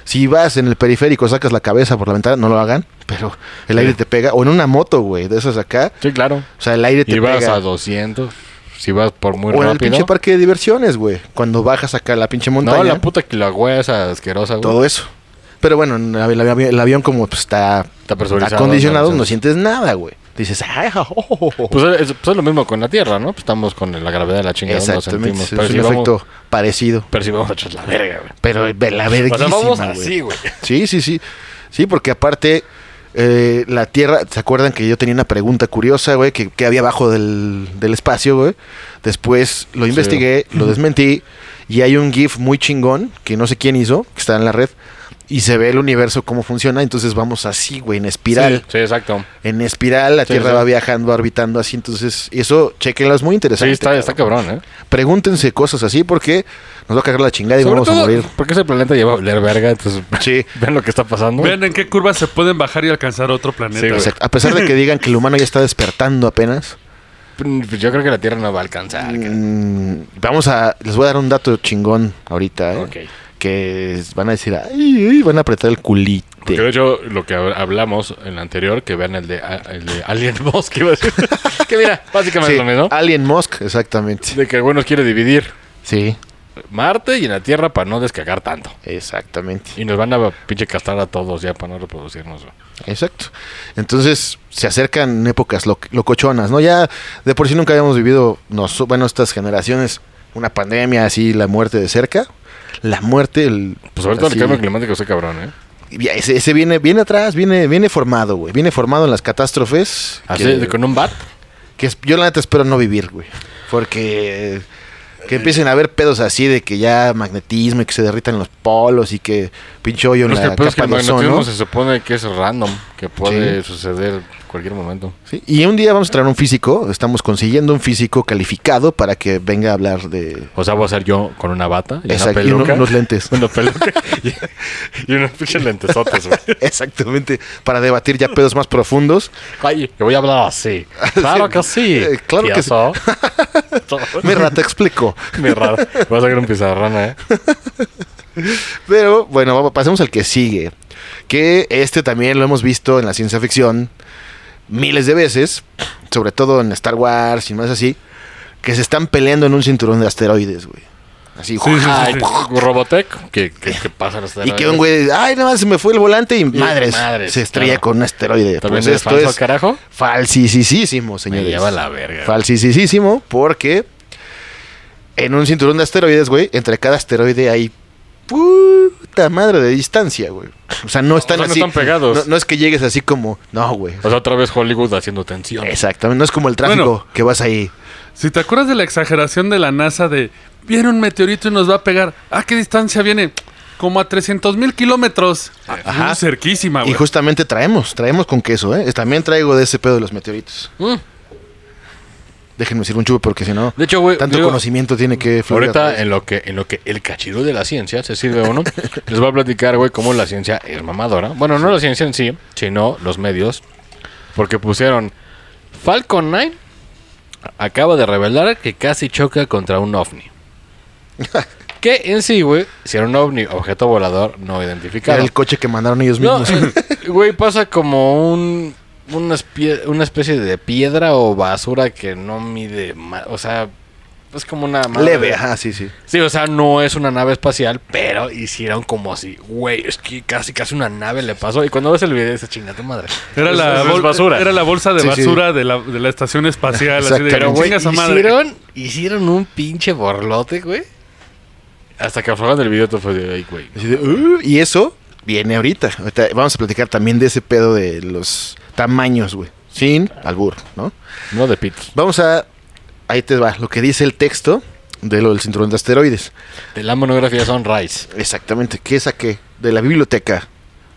Speaker 2: Si vas en el periférico, sacas la cabeza por la ventana, no lo hagan, pero el aire te pega. O en una moto, güey, de esas acá.
Speaker 3: Sí, claro.
Speaker 2: O sea, el aire te
Speaker 3: Y vas
Speaker 2: pega.
Speaker 3: a 200. Si vas por muy
Speaker 2: o en el
Speaker 3: rápido.
Speaker 2: pinche parque de diversiones, güey. Cuando bajas acá a la pinche montaña.
Speaker 3: No, la puta que la hueá esa asquerosa, güey.
Speaker 2: todo eso. Pero bueno, en la- el avión, el avión como pues, está
Speaker 3: Está presurizado.
Speaker 2: acondicionado, no
Speaker 3: entonces-
Speaker 2: sientes nada, güey. Dices, ay, ja, oh, oh, oh".
Speaker 3: Pues es, pues es lo mismo con la Tierra, ¿no? Pues estamos con la gravedad de la chingada. no
Speaker 2: Exactamente,
Speaker 3: sentimos.
Speaker 2: es
Speaker 3: Pero
Speaker 2: un
Speaker 3: si vamos,
Speaker 2: efecto parecido.
Speaker 3: pero si vamos a echar la verga, güey.
Speaker 2: Pero ve- la
Speaker 3: O sea,
Speaker 2: verguísima,
Speaker 3: vamos
Speaker 2: güey.
Speaker 3: así, güey.
Speaker 2: Sí, sí, sí. Sí, porque aparte, eh, la Tierra, ¿se acuerdan que yo tenía una pregunta curiosa, güey? Que, que había abajo del, del espacio, güey. Después lo investigué, lo desmentí. Y hay un GIF muy chingón, que no sé quién hizo, que está en la red. Y se ve el universo cómo funciona. Entonces vamos así, güey, en espiral.
Speaker 3: Sí, exacto.
Speaker 2: En espiral, la
Speaker 3: Sí,
Speaker 2: Tierra
Speaker 3: sí.
Speaker 2: va viajando, orbitando así. Entonces, eso, chequenlo, es muy
Speaker 3: Sí,
Speaker 2: interesante.
Speaker 3: está, está cabrón, ¿eh?
Speaker 2: Pregúntense cosas así porque nos va a cagar la chingada y
Speaker 3: Sobre
Speaker 2: vamos a
Speaker 3: todo,
Speaker 2: morir.
Speaker 3: Porque ese planeta lleva a oler verga, entonces
Speaker 2: Sí.
Speaker 3: vean lo que está pasando.
Speaker 4: Vean en qué curvas se pueden bajar y alcanzar otro planeta.
Speaker 3: Sí, güey.
Speaker 4: güey.
Speaker 2: Exacto. A pesar de que digan que el humano ya está despertando apenas,
Speaker 3: Pues Yo creo que la Tierra no va a alcanzar.
Speaker 2: mm, vamos a. Les voy a dar un dato chingón ahorita. ¿eh?
Speaker 3: Ok.
Speaker 2: Que van a decir, ay, ay", van a apretar el culito.
Speaker 3: Porque de hecho, lo que hab- hablamos en la anterior, que vean el de, a- el de Alien Musk, iba a decir. que mira, básicamente
Speaker 2: Sí,
Speaker 3: es lo mismo.
Speaker 2: Alien Musk, exactamente.
Speaker 3: De que algunos quiere dividir
Speaker 2: Sí,
Speaker 3: Marte y en la Tierra para no descagar tanto.
Speaker 2: exactamente.
Speaker 3: Y nos van a pinche castrar a todos ya para no reproducirnos. güey.
Speaker 2: Exacto. Entonces se acercan épocas lo- locochonas, ¿no? Ya de por sí nunca habíamos vivido, nos, bueno, estas generaciones, una pandemia así, la muerte de cerca. La muerte, el.
Speaker 3: Pues ahorita
Speaker 2: así-
Speaker 3: el cambio climático está cabrón, ¿eh?
Speaker 2: Ya, Ese, ese viene, viene atrás, viene, viene formado, güey. Viene formado en las catástrofes.
Speaker 3: Así,
Speaker 2: que,
Speaker 3: de- con un bat.
Speaker 2: que es- yo la neta espero no vivir, güey. Porque Que empiecen a haber pedos así de que ya magnetismo y que se derritan los polos y que pinche hoyo en
Speaker 3: Los que
Speaker 2: la
Speaker 3: el peor es que
Speaker 2: capa
Speaker 3: el
Speaker 2: de ozono.
Speaker 3: magnetismo se supone que es random, que puede suceder cualquier momento.
Speaker 2: Sí, Y un día vamos a traer un físico, estamos consiguiendo un físico calificado para que venga a hablar de...
Speaker 3: O sea, voy a ser yo con una bata y
Speaker 2: Exacto,
Speaker 3: una
Speaker 2: y uno-
Speaker 3: peluca.
Speaker 2: unos lentes.
Speaker 3: Una peluca y, y unos pinches lentesotes, güey.
Speaker 2: Exactamente, para debatir ya pedos más profundos.
Speaker 3: Ay, yo voy a hablar así. Claro que sí.
Speaker 2: Eh, claro que sí.
Speaker 3: tieso.
Speaker 2: Mi rata explicó.
Speaker 3: Mi raro. Voy a sacar un pizarrón, ¿eh?
Speaker 2: Pero bueno, vamos- pasemos al que sigue. Que este también lo hemos visto en la ciencia ficción miles de veces, sobre todo en Star Wars y más así, que se están peleando en un cinturón de asteroides, güey. Así,
Speaker 4: Sí, sí, sí,
Speaker 2: ¡guau!
Speaker 3: Ay, Robotech, que, que, que pasa este los
Speaker 2: y que un güey, ay, nada más se me fue el volante y madres,
Speaker 3: madres,
Speaker 2: se estrella
Speaker 3: claro.
Speaker 2: con un asteroide.
Speaker 3: También
Speaker 2: Pues
Speaker 3: es
Speaker 2: esto
Speaker 3: falso,
Speaker 2: es
Speaker 3: carajo.
Speaker 2: falsisísimo,
Speaker 3: Me
Speaker 2: señores.
Speaker 3: lleva la verga.
Speaker 2: Falsisísimo, porque en un cinturón de asteroides, güey, entre cada asteroide hay puta madre de distancia, güey. O sea, no están
Speaker 3: sea, no
Speaker 2: así.
Speaker 3: están pegados.
Speaker 2: No, no es que llegues así como, no, güey.
Speaker 3: O sea, otra vez Hollywood haciendo tensión.
Speaker 2: Exactamente, no es como el tráfico
Speaker 4: Bueno.
Speaker 2: que vas ahí.
Speaker 4: Si te acuerdas de la exageración de la NASA de viene un meteorito y nos va a pegar. ¿A qué distancia viene? Como a 300 mil kilómetros.
Speaker 2: Ajá.
Speaker 4: Mm,
Speaker 3: Ah,
Speaker 4: Cerquísima,
Speaker 2: y
Speaker 4: güey.
Speaker 2: justamente traemos, traemos con queso, ¿eh? También traigo de ese pedo de los meteoritos.
Speaker 3: Mm.
Speaker 2: Déjenme decir un chupe porque si no,
Speaker 3: De hecho, güey,
Speaker 2: tanto
Speaker 3: digo,
Speaker 2: conocimiento tiene que pues. fluir. a
Speaker 3: Ahorita
Speaker 2: través.
Speaker 3: en lo que en lo que el cachirú de la ciencia se sirve uno, les voy a platicar, güey, cómo la ciencia es mamadora. Bueno, no la ciencia en sí, sino los medios, porque pusieron Falcon 9 acaba de revelar que casi choca contra un ovni. que en sí, güey, si era un ovni, objeto volador no
Speaker 2: Era
Speaker 3: identificado.
Speaker 2: el coche que mandaron ellos
Speaker 3: No,
Speaker 2: mismos.
Speaker 3: eh, güey, pasa como un una, espie- una especie de piedra o basura que no mide, ma- o sea, es como una madre-
Speaker 2: Leve, ajá, sí, sí.
Speaker 3: Sí, o sea, no es una nave espacial, pero hicieron como así, güey, es que casi casi una nave le pasó. Y cuando ves el video dices, chinga tu madre.
Speaker 4: Era
Speaker 3: Es-
Speaker 4: la,
Speaker 3: pues, es- es
Speaker 4: bol-
Speaker 3: basura.
Speaker 4: era la bolsa de
Speaker 2: Sí, sí.
Speaker 4: basura De, la, de la estación espacial. así de,
Speaker 3: Pero, güey,
Speaker 4: "Chinga esa madre".
Speaker 3: hicieron, hicieron un pinche borlote, güey. Hasta que aflojan el video, todo fue de, ay, güey.
Speaker 2: Así de, "Uh", y eso viene ahorita. Ahorita Vamos a platicar también de ese pedo de los tamaños, güey. Sin albur, ¿no?
Speaker 3: No de pitos.
Speaker 2: Vamos a. Ahí te va, lo que dice el texto de lo del cinturón de asteroides.
Speaker 3: De la monografía Sunrise.
Speaker 2: Exactamente, ¿qué saqué? De la biblioteca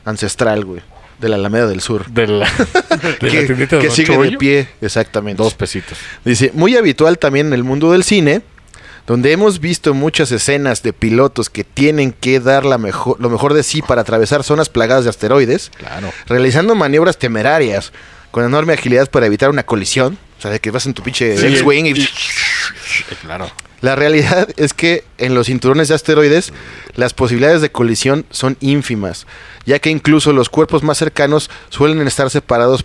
Speaker 2: ancestral, güey. De la Alameda del Sur.
Speaker 3: De la, de la
Speaker 2: Que,
Speaker 3: tiendita de
Speaker 2: que
Speaker 3: Don
Speaker 2: sigue de
Speaker 3: Choyo.
Speaker 2: pie, exactamente.
Speaker 3: Dos pesitos.
Speaker 2: Dice, muy habitual también en el mundo del cine, donde hemos visto muchas escenas de pilotos que tienen que dar la mejor, lo mejor de sí para atravesar zonas plagadas de asteroides,
Speaker 3: Claro.
Speaker 2: realizando maniobras temerarias con enorme agilidad para evitar una colisión. O sea, de que vas en tu pinche
Speaker 3: Sí,
Speaker 2: X-Wing y...
Speaker 3: Eh, Claro.
Speaker 2: La realidad es que en los cinturones de asteroides las posibilidades de colisión son ínfimas, ya que incluso los cuerpos más cercanos suelen estar separados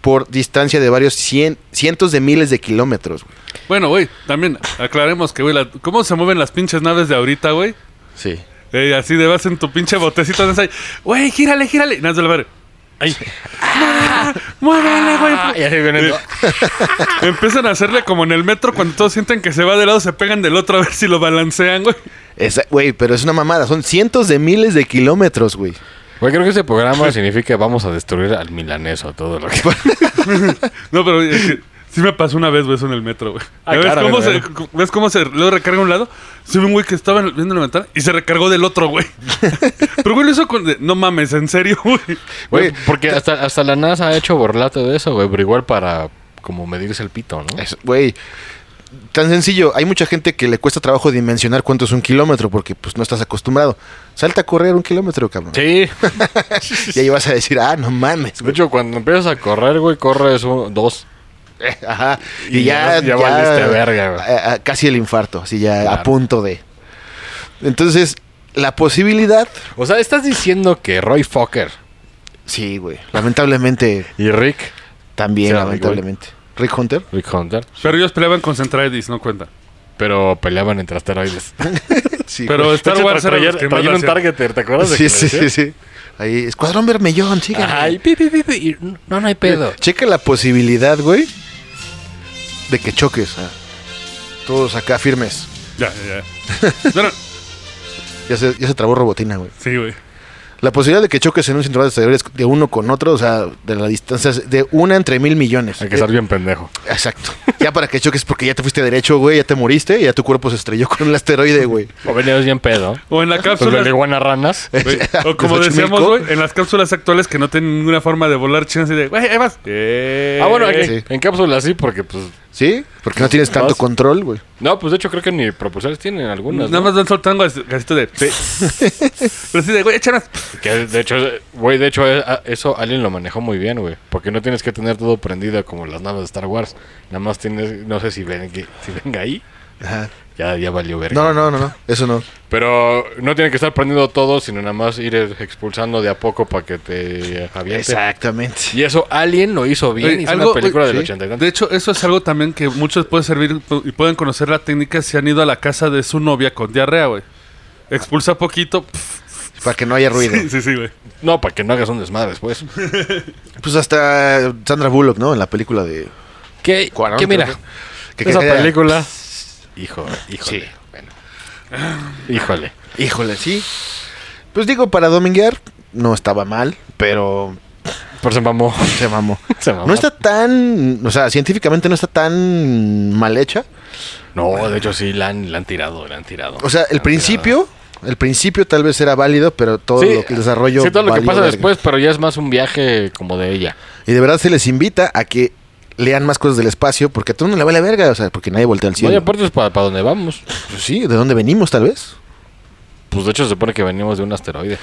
Speaker 2: por distancia de varios cien- cientos de miles de kilómetros. güey.
Speaker 4: Bueno, güey, también aclaremos que, güey, la- ¿cómo se mueven las pinches naves de ahorita, güey?
Speaker 2: Sí.
Speaker 4: Ey, así de vas en tu pinche botecito de ensay. Güey, gírale, gírale. Nada, del ver.
Speaker 3: Ay.
Speaker 4: Muévele, güey.
Speaker 3: Ah, y ahí vienen.
Speaker 4: Empiezan a hacerle como en el metro cuando todos sienten que se va de lado, se pegan del otro a ver si lo balancean, güey.
Speaker 2: Esa- Güey, pero es una mamada, son cientos de miles de kilómetros, güey.
Speaker 3: Güey, creo que ese programa significa vamos a destruir al milaneso, todo lo que
Speaker 4: No, pero es que sí me pasó una vez, güey, eso en el metro, güey.
Speaker 3: Ah,
Speaker 4: ¿Ves,
Speaker 3: claro,
Speaker 4: cómo
Speaker 3: güey,
Speaker 4: se, cu- ¿Ves cómo se lo recarga a un lado? Se ve un güey que estaba en- viendo la ventana y se recargó del otro, güey. pero, güey, lo hizo con... de- No mames, en serio, güey.
Speaker 3: Güey, porque hasta, hasta la NASA ha hecho borlate de eso, güey, pero igual para como medirse el pito, ¿no?
Speaker 2: Es- Güey, tan sencillo, hay mucha gente que le cuesta trabajo dimensionar cuánto es un kilómetro porque pues no estás acostumbrado. Salta a correr un kilómetro, cabrón.
Speaker 3: Sí.
Speaker 2: Y ahí vas a decir, ah, no mames,
Speaker 3: De
Speaker 2: güey.
Speaker 3: hecho, cuando empiezas a correr, güey, corres un, dos.
Speaker 2: Ajá. Y,
Speaker 3: Y
Speaker 2: ya,
Speaker 3: ya- ya valiste verga, güey.
Speaker 2: a- a- Casi el infarto, así ya a
Speaker 3: Claro.
Speaker 2: punto de. Entonces, la posibilidad.
Speaker 3: O sea, estás diciendo que Roy Fokker
Speaker 2: Sí, güey. Lamentablemente,
Speaker 3: y Rick,
Speaker 2: también,
Speaker 3: Sí, Rick,
Speaker 2: lamentablemente. Rick Hunter.
Speaker 3: Rick Hunter,
Speaker 4: Pero ellos peleaban con Centraedis, no cuenta.
Speaker 3: pero peleaban entre asteroides.
Speaker 2: Sí,
Speaker 4: Pero
Speaker 2: güey.
Speaker 4: Star
Speaker 3: De hecho,
Speaker 4: Wars era
Speaker 3: traía-
Speaker 4: los que más
Speaker 3: traían
Speaker 4: la
Speaker 3: un
Speaker 4: hacían.
Speaker 3: targeter, ¿te acuerdas? de
Speaker 2: Sí,
Speaker 3: que
Speaker 2: sí,
Speaker 3: le
Speaker 2: sí,
Speaker 3: decían?
Speaker 2: sí. Ahí, Escuadrón Bermellón, sigue.
Speaker 3: Ajá, y pi, pi, pi, pi, y no, no hay pedo.
Speaker 2: Checa la posibilidad, güey, de que choques. ah. Todos acá firmes.
Speaker 4: Ya, ya, ya. No, no,
Speaker 2: Ya se, ya se trabó robotina, güey.
Speaker 4: Sí, güey.
Speaker 2: La posibilidad de que choques en un cinturón de asteroides de uno con otro, o sea, de la distancia, es de una entre mil millones.
Speaker 3: Hay que estar bien pendejo.
Speaker 2: Eh, Exacto. Ya para que choques porque ya te fuiste derecho, güey, ya te moriste y ya tu cuerpo se estrelló con el asteroide, güey.
Speaker 3: O venías bien pedo.
Speaker 4: O en la
Speaker 3: Pues
Speaker 4: cápsula.
Speaker 3: de iguana ranas.
Speaker 4: Güey, O como
Speaker 2: ¿De Xochimilco?
Speaker 4: decíamos, güey, en las cápsulas actuales que no tienen ninguna forma de volar chinas y de, güey, ahí vas. Eh.
Speaker 3: Ah, bueno, aquí,
Speaker 2: Sí.
Speaker 3: en cápsula sí, porque pues...
Speaker 2: ¿Sí? Porque no tienes tanto
Speaker 3: Vas.
Speaker 2: control, güey.
Speaker 3: No, pues de hecho creo que ni propulsores tienen algunas.
Speaker 4: Nada
Speaker 3: ¿no?
Speaker 4: más van soltando gasitos de. Pero sí, de, güey, échalas.
Speaker 3: Que de hecho, eh, güey, de hecho eh, ah, eso alguien lo manejó muy bien, güey. Porque no tienes que tener todo prendido como las naves de Star Wars. Nada más tienes, no sé si, ven, que- si venga ahí,
Speaker 2: Ajá.
Speaker 3: ya, ya valió verga.
Speaker 2: No, no, no, no, no. Eso no.
Speaker 3: Pero no tiene que estar prendido todo, sino nada más ir eh, expulsando de a poco para que te aviente.
Speaker 2: Exactamente.
Speaker 3: Y eso Alien lo hizo bien,
Speaker 4: Oye,
Speaker 3: hizo
Speaker 4: algo-
Speaker 3: una película
Speaker 4: oye,
Speaker 3: del
Speaker 2: sí.
Speaker 3: 80 y
Speaker 4: De
Speaker 3: tantos.
Speaker 4: hecho, eso es algo también que muchos puede servir y pueden conocer la técnica si han ido a la casa de su novia con diarrea, güey. Expulsa poquito. pf,
Speaker 2: Para que no haya ruido.
Speaker 4: Sí, sí, sí, güey.
Speaker 3: No, para que no hagas un desmadre después.
Speaker 2: Pues hasta Sandra Bullock, ¿no? En la película de...
Speaker 3: ¿Qué,
Speaker 2: Cuarón,
Speaker 3: qué mira?
Speaker 2: creo Que,
Speaker 3: esa
Speaker 2: quería-
Speaker 3: película. Hijo, híjole.
Speaker 2: Sí.
Speaker 3: Bueno. Híjole.
Speaker 2: Híjole, sí. Pues digo, para dominguear no estaba mal, pero
Speaker 3: Por se mamó.
Speaker 2: se mamó.
Speaker 3: Se mamó.
Speaker 2: No está tan, o sea, científicamente no está tan mal hecha.
Speaker 3: No, de hecho sí, la han, la han tirado, la han tirado.
Speaker 2: O sea,
Speaker 3: La
Speaker 2: el
Speaker 3: han
Speaker 2: principio, el principio tal vez era válido, pero todo
Speaker 3: tirado.
Speaker 2: lo que el desarrollo.
Speaker 3: Sí, todo lo que
Speaker 2: valió
Speaker 3: pasa
Speaker 2: verga.
Speaker 3: después, pero ya es más un viaje como de ella.
Speaker 2: Y de verdad se les invita a que lean más cosas del espacio, porque a todo el mundo le vale verga, o sea, porque nadie voltea al
Speaker 3: Sí,
Speaker 2: cielo.
Speaker 3: aparte es para, para donde vamos.
Speaker 2: Pues sí, ¿de dónde venimos tal vez?
Speaker 3: Pues de hecho se supone que venimos de un asteroide.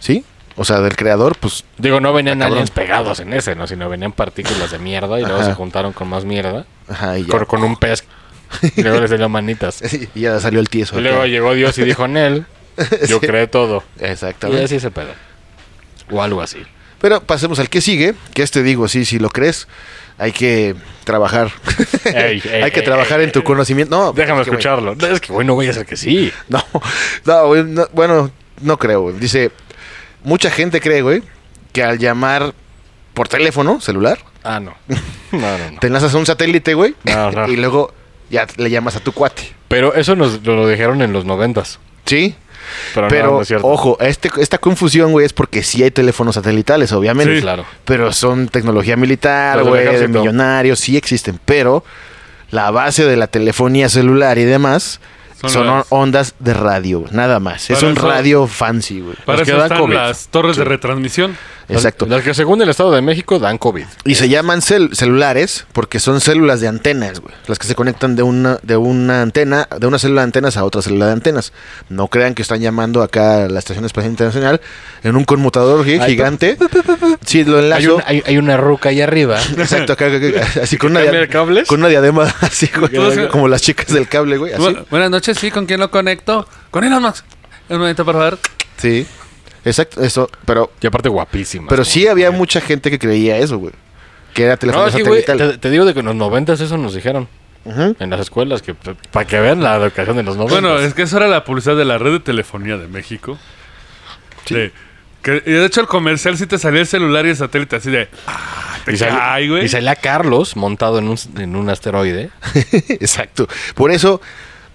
Speaker 2: Sí. O sea, del creador, pues
Speaker 3: Digo, no venían
Speaker 2: cabrón.
Speaker 3: aliens pegados en ese, ¿no? Sino venían partículas de mierda y luego
Speaker 2: Ajá.
Speaker 3: se juntaron con más mierda.
Speaker 2: ajá, y ya.
Speaker 3: Con, con un pez. Y luego les salió manitas.
Speaker 2: Y ya salió el tieso.
Speaker 3: Y luego llegó Dios y dijo, Nel, yo
Speaker 2: Sí.
Speaker 3: creé todo. Y
Speaker 2: Exactamente.
Speaker 3: así se pedo. O algo así.
Speaker 2: Pero pasemos al que sigue, que este digo, sí, si lo crees, hay que trabajar.
Speaker 3: Ey, ey,
Speaker 2: hay que
Speaker 3: ey,
Speaker 2: trabajar
Speaker 3: ey,
Speaker 2: en tu
Speaker 3: ey.
Speaker 2: conocimiento. No,
Speaker 3: Déjame
Speaker 2: es que, güey,
Speaker 3: escucharlo. No, Es que, bueno, voy a ser que sí.
Speaker 2: No, no, güey, no, bueno, no creo. güey. Dice, mucha gente cree, güey, que al llamar por teléfono celular,
Speaker 3: Ah, no. No, no, no.
Speaker 2: te enlazas a un satélite, güey,
Speaker 3: No, no.
Speaker 2: y luego ya le llamas a tu cuate.
Speaker 3: Pero eso nos lo, lo dijeron en los noventas.
Speaker 2: Sí,
Speaker 3: Pero,
Speaker 2: pero
Speaker 3: no, no es cierto.
Speaker 2: ojo, este, esta confusión, güey, es porque sí hay teléfonos satelitales, obviamente.
Speaker 3: Sí, claro.
Speaker 2: Pero son tecnología militar,
Speaker 3: Los del
Speaker 2: güey, de
Speaker 3: ejército.
Speaker 2: millonarios, sí existen, pero la base de la telefonía celular y demás son,
Speaker 4: Son las-
Speaker 2: ondas de radio, nada más. es
Speaker 4: Para
Speaker 2: un
Speaker 4: eso-
Speaker 2: radio fancy, güey.
Speaker 4: Para
Speaker 3: Nos
Speaker 4: eso
Speaker 3: queda
Speaker 4: están
Speaker 3: COVID.
Speaker 4: las torres de retransmisión.
Speaker 2: Exacto.
Speaker 3: Las que según el Estado de México dan COVID.
Speaker 2: Y se llaman cel- celulares porque son células de antenas, güey. Las que se conectan de una, de una antena, de una célula de antenas a otra célula de antenas. No crean que están llamando acá a la Estación Espacial Internacional en un conmutador gi-
Speaker 3: Ay,
Speaker 2: gigante. Sí, lo
Speaker 3: Hay,
Speaker 2: enlazo.
Speaker 3: un- hay- hay una ruca ahí arriba.
Speaker 2: Exacto, acá, acá, acá, así con una,
Speaker 3: ¿Cambia de
Speaker 2: dia-
Speaker 3: cables?
Speaker 2: con una diadema así, güey,
Speaker 4: Entonces-
Speaker 2: como las chicas del cable, güey, así.
Speaker 4: Bu- buenas noches, sí, ¿con quién lo conecto? Con Elon Musk. Un momento, por favor.
Speaker 2: Sí, exacto, eso, pero,
Speaker 3: Y aparte guapísima.
Speaker 2: pero sí había mucha gente que creía eso, güey, que era
Speaker 3: No,
Speaker 2: telefonía
Speaker 3: es que, güey,
Speaker 2: satelital.
Speaker 3: te, te digo de que en los noventas eso nos dijeron.
Speaker 2: Ujú.
Speaker 3: En las escuelas, que pues, para que vean la educación de los noventas.
Speaker 4: Bueno, es que eso era la publicidad de la red de telefonía de México. Sí. que, y de hecho, el comercial sí te salía el celular y el satélite así de. Ah, te
Speaker 3: y, sal-
Speaker 4: cae, güey.
Speaker 3: y salía Carlos montado en un, en un asteroide.
Speaker 2: Exacto. Por eso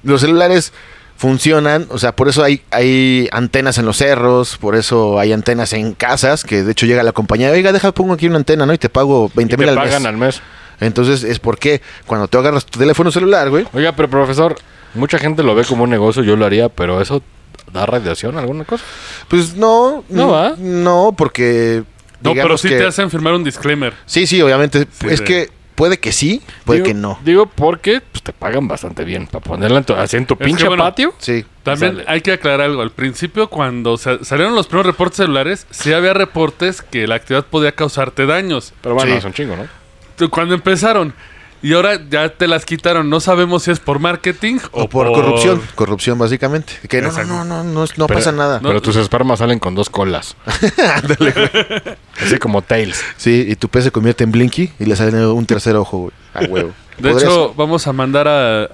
Speaker 2: los celulares funcionan, o sea, por eso hay, hay antenas en los cerros, por eso hay antenas en casas, que de hecho llega la compañía, oiga, deja, pongo aquí una antena, ¿no? Y te pago
Speaker 3: Y
Speaker 2: 20
Speaker 3: te
Speaker 2: mil al
Speaker 3: pagan
Speaker 2: mes.
Speaker 3: al mes.
Speaker 2: Entonces es porque cuando tú agarras tu teléfono celular, güey,
Speaker 3: Oiga, pero profesor, mucha gente lo ve como un negocio, yo lo haría, pero eso da radiación, alguna cosa.
Speaker 2: pues no,
Speaker 3: No,
Speaker 2: mm,
Speaker 3: ¿va?
Speaker 2: no, porque...
Speaker 4: no, pero
Speaker 2: digamos
Speaker 4: sí
Speaker 2: que-
Speaker 4: te hacen firmar un disclaimer.
Speaker 2: Sí, sí, obviamente.
Speaker 4: Sí,
Speaker 2: es
Speaker 4: de-
Speaker 2: que puede que sí, puede
Speaker 3: Digo-
Speaker 2: que no.
Speaker 3: Digo, porque pues, te pagan bastante bien. Para ponerla en tu, así en tu
Speaker 4: que,
Speaker 3: pinche
Speaker 4: bueno,
Speaker 3: patio.
Speaker 2: Sí.
Speaker 4: También
Speaker 3: Sale.
Speaker 4: hay que aclarar algo. Al principio, cuando sa- salieron los primeros reportes celulares, sí había reportes que la actividad podía causarte daños.
Speaker 3: Pero bueno,
Speaker 2: Sí.
Speaker 3: es un chingo, ¿no?
Speaker 4: Tú- Cuando empezaron. Y ahora ya te las quitaron. No sabemos si es por marketing o,
Speaker 2: O por, corrupción, corrupción básicamente. Que no,
Speaker 4: Exacto.
Speaker 2: no, no, no, no, es- no
Speaker 3: Pero-
Speaker 2: pasa nada.
Speaker 3: Pero tus espermas salen con dos colas. Así como tails.
Speaker 2: Sí, y tu pez se convierte en Blinky y le sale un tercer ojo, güey. A huevo.
Speaker 4: De
Speaker 2: Podría
Speaker 4: hecho, vamos a mandar a-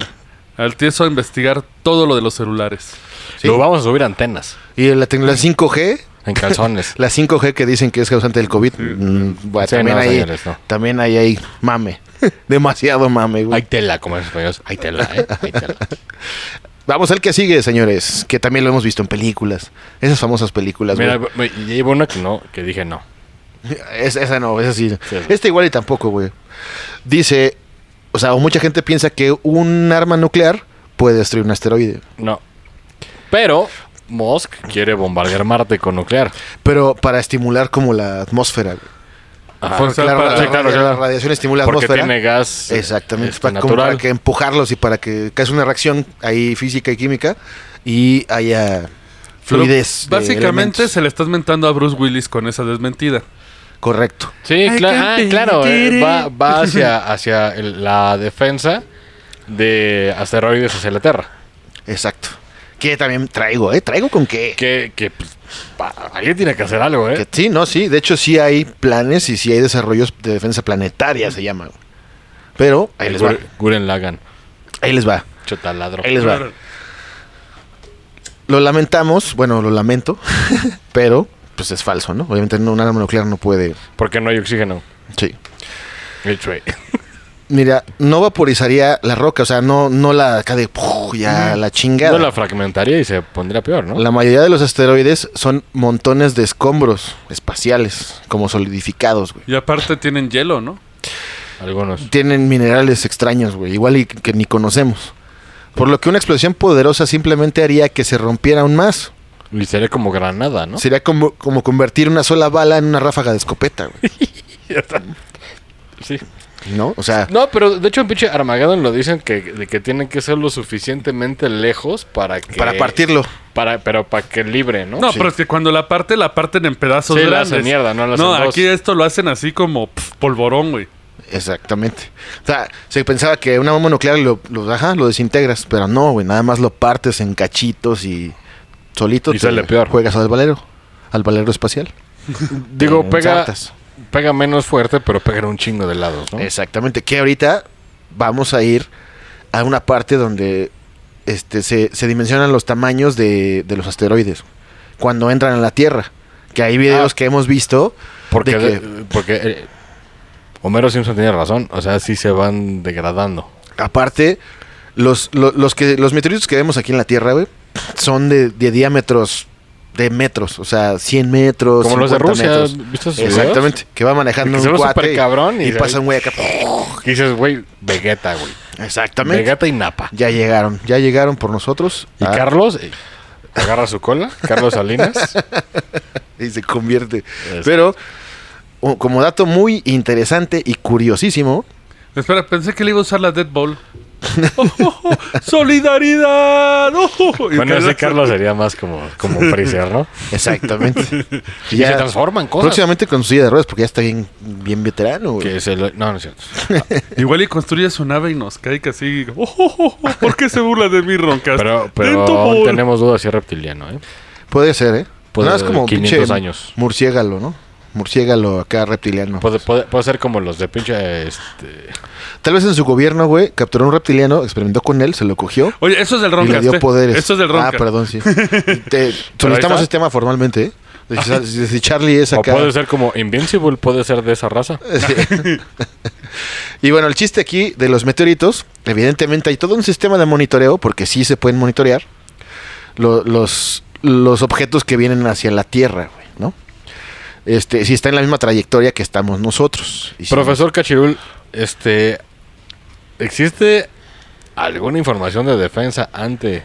Speaker 4: al tieso a investigar todo lo de los celulares.
Speaker 2: Sí.
Speaker 3: Lo vamos a subir a antenas.
Speaker 2: ser. Y la tecnología 5G,
Speaker 3: En calzones.
Speaker 2: la 5G que dicen que es causante del COVID, mm, bueno,
Speaker 3: Sí,
Speaker 2: también,
Speaker 3: no,
Speaker 2: ahí,
Speaker 3: señores, no.
Speaker 2: también ahí hay mame. Demasiado mame,
Speaker 3: Hay
Speaker 2: güey.
Speaker 3: tela, como en español. Hay tela, ¿eh? Hay tela.
Speaker 2: Vamos al que sigue, señores, que también lo hemos visto en películas. Esas famosas películas,
Speaker 3: Mira,
Speaker 2: güey.
Speaker 3: me- ya llevo una que no, que dije no.
Speaker 2: Es- esa no, esa sí.
Speaker 3: Sí, güey.
Speaker 2: Esta igual y tampoco, güey. Dice, o sea, mucha gente piensa que un arma nuclear puede destruir un asteroide.
Speaker 3: No. Pero Musk quiere bombardear Marte con nuclear.
Speaker 2: Pero para estimular como la atmósfera. güey.
Speaker 3: Ajá.
Speaker 2: Porque
Speaker 4: o sea,
Speaker 2: la,
Speaker 4: para-
Speaker 2: la-
Speaker 4: sí, claro,
Speaker 2: la
Speaker 3: claro.
Speaker 2: radiación estimula la
Speaker 3: Porque
Speaker 2: atmósfera.
Speaker 3: tiene gas. eh,
Speaker 2: Exactamente.
Speaker 3: este,
Speaker 2: para, como para
Speaker 3: natural.
Speaker 2: que empujarlos y para que cause una reacción ahí física y química y haya
Speaker 4: Pero
Speaker 2: fluidez. de
Speaker 4: básicamente
Speaker 2: elementos.
Speaker 4: se le estás mentando a Bruce Willis con esa desmentida.
Speaker 2: Correcto.
Speaker 3: Sí,
Speaker 4: I
Speaker 3: cla-
Speaker 4: can't
Speaker 3: ah,
Speaker 4: be
Speaker 3: claro. eh,
Speaker 4: there.
Speaker 3: va va hacia, hacia el- la defensa de asteroides hacia la Tierra.
Speaker 2: Exacto. Que también traigo, ¿eh? ¿Traigo con qué?
Speaker 3: Que, que pues, pa- alguien tiene que hacer algo,
Speaker 2: Que
Speaker 3: ¿eh?
Speaker 2: sí, no, sí. De hecho, sí hay planes y sí hay desarrollos de defensa planetaria, se llama. güey. Pero ahí
Speaker 3: El
Speaker 2: les va.
Speaker 3: Gur- Guren Lagan.
Speaker 2: Ahí les va.
Speaker 3: Chotaladro.
Speaker 2: Ahí les va. Lo lamentamos, bueno, lo lamento, pero pues es falso, ¿no? Obviamente no, un arma nuclear no puede.
Speaker 3: Porque no hay oxígeno. eh,
Speaker 2: Sí.
Speaker 3: Which way.
Speaker 2: Mira, no vaporizaría la roca, o sea, no, no la acá de ¡puf! ya la chingada.
Speaker 3: No la fragmentaría y se pondría peor, ¿no?
Speaker 2: La mayoría de los asteroides son montones de escombros espaciales, como solidificados, güey.
Speaker 4: Y aparte tienen hielo, ¿no?
Speaker 3: Algunos.
Speaker 2: Tienen minerales extraños, güey, igual y que ni conocemos. Por lo que una explosión poderosa simplemente haría que se rompiera aún más.
Speaker 3: Y sería como granada, ¿no?
Speaker 2: Sería como, como convertir una sola bala en una ráfaga de escopeta, güey.
Speaker 3: Sí.
Speaker 2: ¿No? O sea,
Speaker 3: No, pero de hecho en pinche Armageddon lo dicen que, de que tienen que ser lo suficientemente lejos para que...
Speaker 2: para partirlo.
Speaker 3: Para, pero para que libre, ¿no?
Speaker 4: No,
Speaker 2: Oh, Sí.
Speaker 4: pero es que cuando la parte, la parten en pedazos
Speaker 3: Sí, la
Speaker 4: grandes.
Speaker 3: hacen mierda, no la
Speaker 4: No,
Speaker 3: hacen dos.
Speaker 4: aquí esto lo hacen así como pf, polvorón, güey.
Speaker 2: Exactamente. O sea, se pensaba que una bomba nuclear lo, lo, ajá, lo desintegras, pero no, güey, nada más lo partes en cachitos y solito
Speaker 3: Y sale peor.
Speaker 2: juegas al valero, al valero espacial.
Speaker 3: Digo,
Speaker 2: Te
Speaker 3: pega,
Speaker 2: ensartas.
Speaker 3: pega menos fuerte, pero pega en un chingo de lados, ¿no?
Speaker 2: Exactamente, que ahorita vamos a ir a una parte donde este, se, se dimensionan los tamaños de, de los asteroides cuando entran a la Tierra. Que hay videos
Speaker 3: Ah.
Speaker 2: que hemos visto de
Speaker 3: Porque,
Speaker 2: que-
Speaker 3: de- porque eh, Homero Simpson tiene razón. O sea, sí se van degradando.
Speaker 2: Aparte, los, lo- los, que, los meteoritos que vemos aquí en la Tierra, güey, son de, de diámetros de metros, o sea, 100 metros,
Speaker 3: Como los de
Speaker 2: 50
Speaker 3: Rusia.
Speaker 2: metros.
Speaker 3: ¿Viste esos videos?
Speaker 2: Exactamente, que va manejando
Speaker 3: Que se
Speaker 2: un
Speaker 3: ve
Speaker 2: cuate
Speaker 3: súper
Speaker 2: y-
Speaker 3: cabrón
Speaker 2: y,
Speaker 3: y,
Speaker 2: pasa un güey acá.
Speaker 3: y dices, güey, Vegeta, güey.
Speaker 2: Exactamente.
Speaker 3: Vegeta y Napa.
Speaker 2: Ya llegaron, ya llegaron por nosotros.
Speaker 3: Y
Speaker 2: Ah,
Speaker 3: Carlos eh, agarra su cola. Carlos Salinas.
Speaker 2: y se convierte. Pero, o- como dato muy interesante y curiosísimo,
Speaker 4: Espera, pensé que le iba a usar la Dead Ball. Oh, oh, oh, ¡Solidaridad! Oh, oh, oh. Y
Speaker 3: bueno,
Speaker 4: que-
Speaker 3: ese Carlos sería más como, como Freezer, ¿no?
Speaker 2: exactamente.
Speaker 3: Y se transforman cosas.
Speaker 2: Próximamente con su silla de ruedas, porque ya está bien, bien veterano. güey.
Speaker 3: Que se lo- No, no es cierto.
Speaker 4: Igual y construye su nave y nos cae casi. Oh, oh, oh, oh, ¿Por qué se burla de mí, Roncas?
Speaker 3: Pero, pero
Speaker 4: Dead
Speaker 3: aún
Speaker 4: Ball.
Speaker 3: tenemos dudas si es reptiliano, ¿eh?
Speaker 2: Puede ser, ¿eh?
Speaker 3: Puede-
Speaker 2: no, es como
Speaker 3: 500
Speaker 2: pinche
Speaker 3: años.
Speaker 2: murciégalo, ¿no? Murciégalo acá reptiliano.
Speaker 3: Puede, puede- puede ser como los de pinche... Este...
Speaker 2: Tal vez en su gobierno, güey, capturó un reptiliano, experimentó con él, se lo cogió
Speaker 4: Oye, eso es
Speaker 2: y
Speaker 4: del
Speaker 2: le
Speaker 4: Roncas.
Speaker 2: dio
Speaker 4: eh.
Speaker 2: poderes.
Speaker 4: Eso es del
Speaker 2: Ah,
Speaker 4: Roncas.
Speaker 2: perdón, sí. Te-
Speaker 3: está.
Speaker 2: solicitamos este tema formalmente, ¿eh? De- de- Si Charlie es
Speaker 3: O
Speaker 2: acá.
Speaker 3: puede ser como Invincible, puede ser de esa raza.
Speaker 2: Sí. y bueno, el chiste aquí de los meteoritos, evidentemente hay todo un sistema de monitoreo, porque sí se pueden monitorear lo- los, los objetos que vienen hacia la Tierra, güey, ¿no? Este, si está en la misma trayectoria que estamos nosotros. Y si-
Speaker 3: Profesor Cachirul, este, ¿existe alguna información de defensa ante,